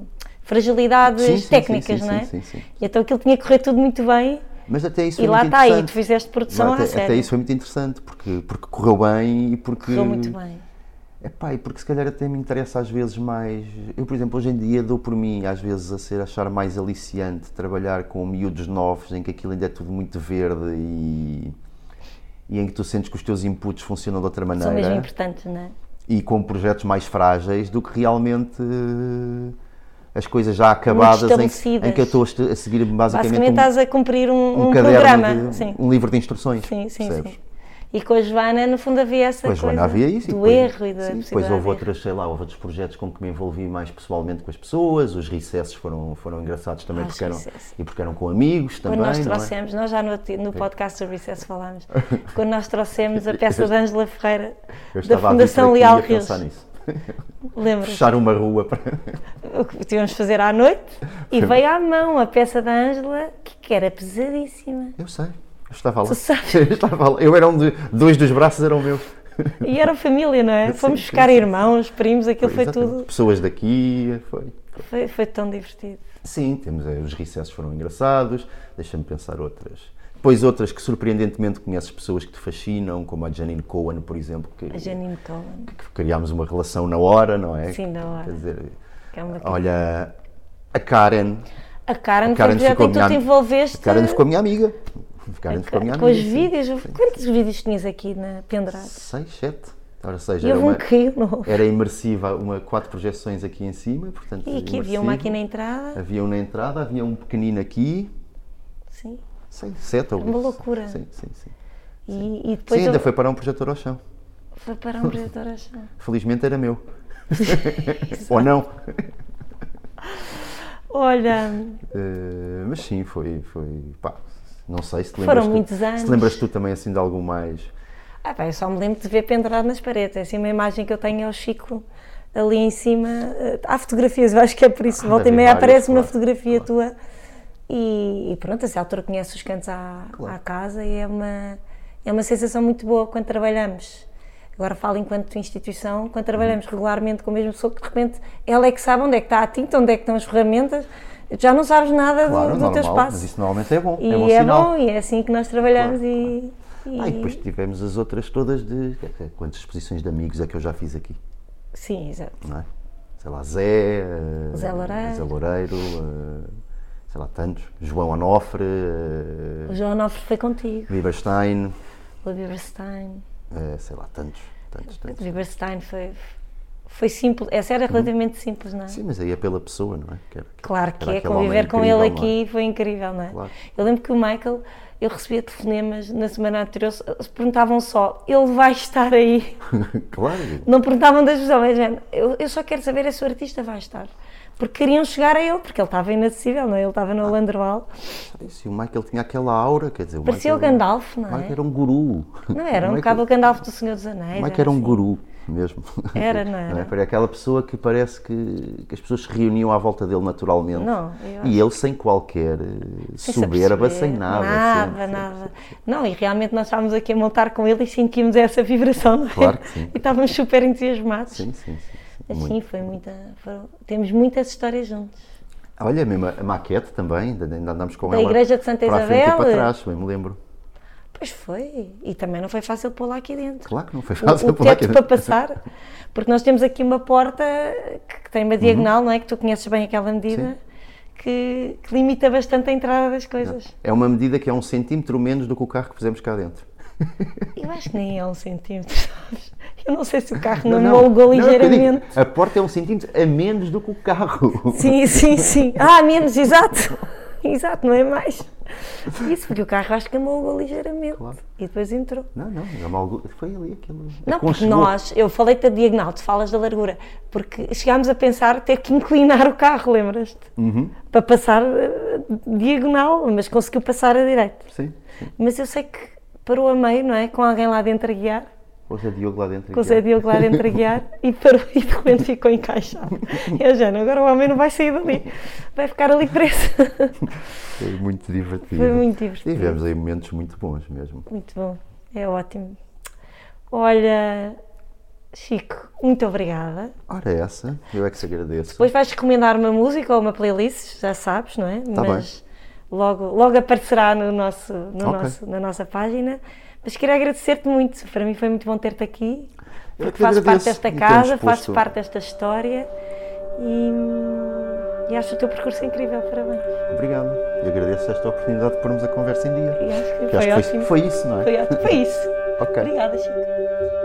Speaker 1: fragilidades
Speaker 2: Sim, sim, sim,
Speaker 1: técnicas,
Speaker 2: sim,
Speaker 1: não é?
Speaker 2: sim, sim, sim.
Speaker 1: E Então aquilo tinha que correr tudo muito bem
Speaker 2: Mas até isso
Speaker 1: e
Speaker 2: foi
Speaker 1: lá
Speaker 2: muito
Speaker 1: está, e
Speaker 2: interessante.
Speaker 1: tu fizeste produção
Speaker 2: Não,
Speaker 1: à
Speaker 2: até,
Speaker 1: é sério.
Speaker 2: até isso foi muito interessante, porque, porque correu bem e porque.
Speaker 1: Correu muito bem.
Speaker 2: Epá, e porque se calhar até me interessa às vezes mais. Eu, por exemplo, hoje em dia dou por mim, às vezes, a ser achar mais aliciante trabalhar com miúdos novos em que aquilo ainda é tudo muito verde e. e em que tu sentes que os teus inputs funcionam de outra
Speaker 1: São mesmo
Speaker 2: maneira
Speaker 1: importantes, não é?
Speaker 2: e com projetos mais frágeis do que realmente eh, as coisas já acabadas em, que-
Speaker 1: estabelecidas.
Speaker 2: em que eu estou a este- a seguir
Speaker 1: Basicamente
Speaker 2: basicamente um,
Speaker 1: estás a cumprir um,
Speaker 2: um
Speaker 1: um
Speaker 2: caderno,
Speaker 1: programa.
Speaker 2: de-
Speaker 1: sim.
Speaker 2: um livro de instruções.
Speaker 1: sim, sim,
Speaker 2: percebes?
Speaker 1: sim. E com a Joana, no fundo, havia essa
Speaker 2: Pois,
Speaker 1: coisa
Speaker 2: Joana, havia isso. e
Speaker 1: do
Speaker 2: depois-
Speaker 1: erro e da
Speaker 2: sim, Depois
Speaker 1: possibilidade de
Speaker 2: houve
Speaker 1: erro.
Speaker 2: outras, sei lá, houve outros projetos com que me envolvi mais pessoalmente com as pessoas, os recessos foram, foram engraçados também
Speaker 1: Ah, os
Speaker 2: porque eram,
Speaker 1: recessos.
Speaker 2: e porque eram com amigos também,
Speaker 1: Quando nós
Speaker 2: não é?
Speaker 1: trouxemos, nós já no, no podcast do Recesso falámos, quando nós trouxemos a peça de Ângela Ferreira
Speaker 2: Eu
Speaker 1: da
Speaker 2: estava a vir
Speaker 1: Fundação
Speaker 2: para aqui
Speaker 1: Leal
Speaker 2: a
Speaker 1: Rios,
Speaker 2: pensar nisso.
Speaker 1: lembras?
Speaker 2: Fechar uma rua para...
Speaker 1: o que tivemos de fazer à noite e veio à mão a peça da Ângela, que, que era pesadíssima.
Speaker 2: Eu sei, eu estava lá.
Speaker 1: Tu sabes.
Speaker 2: Eu estava lá. Eu era um de... Dois dos braços eram meus.
Speaker 1: E era família, não é?
Speaker 2: Sim,
Speaker 1: Fomos
Speaker 2: sim,
Speaker 1: buscar
Speaker 2: sim,
Speaker 1: irmãos, primos, aquilo foi
Speaker 2: Exatamente.
Speaker 1: tudo.
Speaker 2: Pessoas daqui, foi...
Speaker 1: Foi, foi tão divertido.
Speaker 2: Sim, temos, eh, os recessos foram engraçados, deixa-me pensar outras. Depois outras que surpreendentemente conheces pessoas que te fascinam, como a Janine Cohen, por exemplo, que,
Speaker 1: A Janine Cohen,
Speaker 2: que criámos uma relação na hora, não é?
Speaker 1: Sim, na hora.
Speaker 2: Quer dizer,
Speaker 1: que é uma querida.
Speaker 2: olha, a Karen,
Speaker 1: A Karen,
Speaker 2: Ah,
Speaker 1: foi
Speaker 2: a Karen
Speaker 1: um projeto
Speaker 2: ficou
Speaker 1: em que
Speaker 2: minha
Speaker 1: tu te
Speaker 2: am-
Speaker 1: envolveste
Speaker 2: a Karen ficou minha amiga. A Karen ficou minha
Speaker 1: com
Speaker 2: amiga.
Speaker 1: os
Speaker 2: sim.
Speaker 1: vídeos. Quantos vídeos tinhas aqui na pendrive?
Speaker 2: Seis, sete. Ora, seja,
Speaker 1: E
Speaker 2: era,
Speaker 1: houve um
Speaker 2: uma,
Speaker 1: que caiu novo.
Speaker 2: era imersiva, uma, quatro projeções aqui em cima, portanto.
Speaker 1: E aqui havia uma aqui
Speaker 2: imersivo.
Speaker 1: na entrada.
Speaker 2: Havia um na entrada, havia um pequenino aqui.
Speaker 1: Sim.
Speaker 2: Sim, sete ou
Speaker 1: Uma loucura.
Speaker 2: Sim, sim, sim.
Speaker 1: E, e
Speaker 2: Sim,
Speaker 1: depois
Speaker 2: ainda
Speaker 1: houve-
Speaker 2: foi para um projetor ao chão.
Speaker 1: foi para um projetor, acho.
Speaker 2: Felizmente era meu. Ou não.
Speaker 1: Olha,
Speaker 2: Eh, mas sim, foi. foi pá, não sei se te lembras.
Speaker 1: Foram
Speaker 2: tu-
Speaker 1: muitos
Speaker 2: Se
Speaker 1: anos. Hum,
Speaker 2: te lembras tu também assim de algo mais.
Speaker 1: Ah, pá, eu só me lembro de ver pendurado nas paredes. É assim uma imagem que eu tenho é o Chico ali em cima. eh, Há fotografias, eu acho que é por isso.
Speaker 2: Ah,
Speaker 1: Volta e
Speaker 2: deve
Speaker 1: meia
Speaker 2: haver várias,
Speaker 1: aparece uma
Speaker 2: claro,
Speaker 1: fotografia tua. E, e pronto, essa altura conhece os cantos à, à casa e é uma, é uma sensação muito boa quando trabalhamos. Agora falo enquanto instituição, quando
Speaker 2: Uhum.
Speaker 1: trabalhamos regularmente com a mesma pessoa, que de repente ela é que sabe onde é que está a tinta, onde é que estão as ferramentas, já não sabes nada do-
Speaker 2: Claro,
Speaker 1: do,
Speaker 2: normal,
Speaker 1: teu espaço.
Speaker 2: mas isso normalmente é bom,
Speaker 1: E
Speaker 2: é bom
Speaker 1: é
Speaker 2: sinal.
Speaker 1: bom, e é assim que nós trabalhamos
Speaker 2: Claro,
Speaker 1: e, e-
Speaker 2: Ah, e depois tivemos as outras todas de. quer dizer, Quantas exposições de amigos é que eu já fiz aqui?
Speaker 1: Sim, exato.
Speaker 2: Não é? Sei lá, Zé. eh,
Speaker 1: Zé Loureiro.
Speaker 2: Zé Loureiro, eh, sei lá, tantos. João Onofre, eh,
Speaker 1: O João Nofre foi contigo,
Speaker 2: Bieberstein,
Speaker 1: o Bieberstein.
Speaker 2: eh, sei lá, tantos, tantos,
Speaker 1: O
Speaker 2: tantos.
Speaker 1: Bieberstein foi, foi simples, essa era relativamente simples, não é?
Speaker 2: Uhum. Sim, mas aí é pela pessoa, não é? Que era-
Speaker 1: Claro que
Speaker 2: era
Speaker 1: é,
Speaker 2: aquele homem
Speaker 1: conviver com
Speaker 2: incrível,
Speaker 1: ele
Speaker 2: não é?
Speaker 1: aqui foi incrível, não é?
Speaker 2: Claro.
Speaker 1: Eu lembro que o Michael, eu recebia telefonemas na semana anterior, se se perguntavam só, ele vai estar aí?
Speaker 2: claro,
Speaker 1: Não perguntavam das pessoas, mas, gente, eu, eu só quero saber é se o artista vai estar. Porque queriam chegar a ele, porque ele estava inacessível, não é? Ele estava no Landroal.
Speaker 2: isso, e assim, o Ah. Michael tinha aquela aura, quer dizer. o
Speaker 1: Parecia o
Speaker 2: Michael-
Speaker 1: Gandalf, não
Speaker 2: O Michael
Speaker 1: é?
Speaker 2: era um guru. é
Speaker 1: Não era,
Speaker 2: O
Speaker 1: um
Speaker 2: Michael-
Speaker 1: bocado o Gandalf do Senhor dos Anéis.
Speaker 2: Mike era um
Speaker 1: assim.
Speaker 2: guru mesmo. é?
Speaker 1: Era, não era?
Speaker 2: Era aquela pessoa que parece que, que as pessoas se reuniam à volta dele naturalmente.
Speaker 1: Não, eu
Speaker 2: E ele sem qualquer eh,
Speaker 1: Sem se
Speaker 2: soberba,
Speaker 1: aperceber.
Speaker 2: sem nada.
Speaker 1: Nada,
Speaker 2: sim, sim.
Speaker 1: nada. Não, e realmente nós estávamos aqui a montar com ele e sentimos essa vibração, não é?
Speaker 2: Claro que sim.
Speaker 1: E estávamos super entusiasmados.
Speaker 2: Sim, sim, sim, sim,
Speaker 1: Assim,
Speaker 2: muito.
Speaker 1: foi muita. foram- temos muitas histórias juntos.
Speaker 2: Olha, mesmo a maquete também, ainda ainda andámos com
Speaker 1: Da
Speaker 2: ela.
Speaker 1: Igreja de Santa
Speaker 2: para a frente e
Speaker 1: Isabel. eh,
Speaker 2: para trás, bem me lembro.
Speaker 1: Pois foi. E também não foi fácil pô-la aqui dentro.
Speaker 2: Claro que não foi
Speaker 1: O-
Speaker 2: fácil
Speaker 1: o
Speaker 2: pôr lá
Speaker 1: teto
Speaker 2: aqui
Speaker 1: para
Speaker 2: dentro.
Speaker 1: passar, porque nós temos aqui uma porta que que tem
Speaker 2: Uhum.
Speaker 1: uma diagonal, não é? Que tu conheces bem aquela medida, que, que limita bastante a entrada das coisas.
Speaker 2: É uma medida que é um centímetro menos do que o carro que fizemos cá dentro.
Speaker 1: Eu acho que nem é um centímetro, sabes? Eu não sei se o carro não, me alugou
Speaker 2: Não, é o que eu digo,
Speaker 1: ligeiramente.
Speaker 2: a porta é um centímetro a menos do que o carro.
Speaker 1: Sim, sim, sim. Ah, menos, exato. Exato, não é mais. Isso, porque o carro acho que amolgou ligeiramente.
Speaker 2: Claro.
Speaker 1: E depois entrou.
Speaker 2: Não, não, já me alugou- foi ali aquilo. É
Speaker 1: Não, porque
Speaker 2: aconchegou.
Speaker 1: nós, eu falei da diagonal, tu falas da largura, porque chegámos a pensar ter que inclinar o carro, lembras-te?
Speaker 2: Uhum.
Speaker 1: Para passar eh, diagonal, mas conseguiu passar a direita.
Speaker 2: Sim, sim.
Speaker 1: Mas eu sei que parou a meio, não é? Com alguém lá dentro a guiar.
Speaker 2: Com o Zé Diogo lá dentro.
Speaker 1: com o Zé Diogo lá dentro a guiar e parou e de repente ficou encaixado. Eu já, não, agora o homem não vai sair dali, vai ficar ali preso.
Speaker 2: Foi muito divertido.
Speaker 1: Foi muito divertido.
Speaker 2: Tivemos aí momentos muito bons mesmo.
Speaker 1: Muito bom, é ótimo. Olha, Chico, muito obrigada.
Speaker 2: Ora, essa, eu é que se agradeço.
Speaker 1: Depois vais recomendar uma música ou uma playlist, já sabes, não é?
Speaker 2: Tá bem.
Speaker 1: Mas logo, logo aparecerá no nosso, no
Speaker 2: Ok.
Speaker 1: nosso- na nossa página. Mas queria agradecer-te muito, para mim foi muito bom ter-te aqui,
Speaker 2: Eu
Speaker 1: porque
Speaker 2: que
Speaker 1: fazes parte
Speaker 2: agradeço
Speaker 1: desta
Speaker 2: e
Speaker 1: casa,
Speaker 2: teres
Speaker 1: fazes
Speaker 2: posto-
Speaker 1: parte desta história e, e acho o teu percurso incrível, parabéns.
Speaker 2: Obrigado. Eu agradeço esta oportunidade de pormos a conversa em dia.
Speaker 1: E acho que
Speaker 2: Eu
Speaker 1: foi
Speaker 2: acho que
Speaker 1: ótimo.
Speaker 2: foi, foi isso, não é?
Speaker 1: Foi ótimo, foi isso.
Speaker 2: Ok.
Speaker 1: Obrigada, Chico.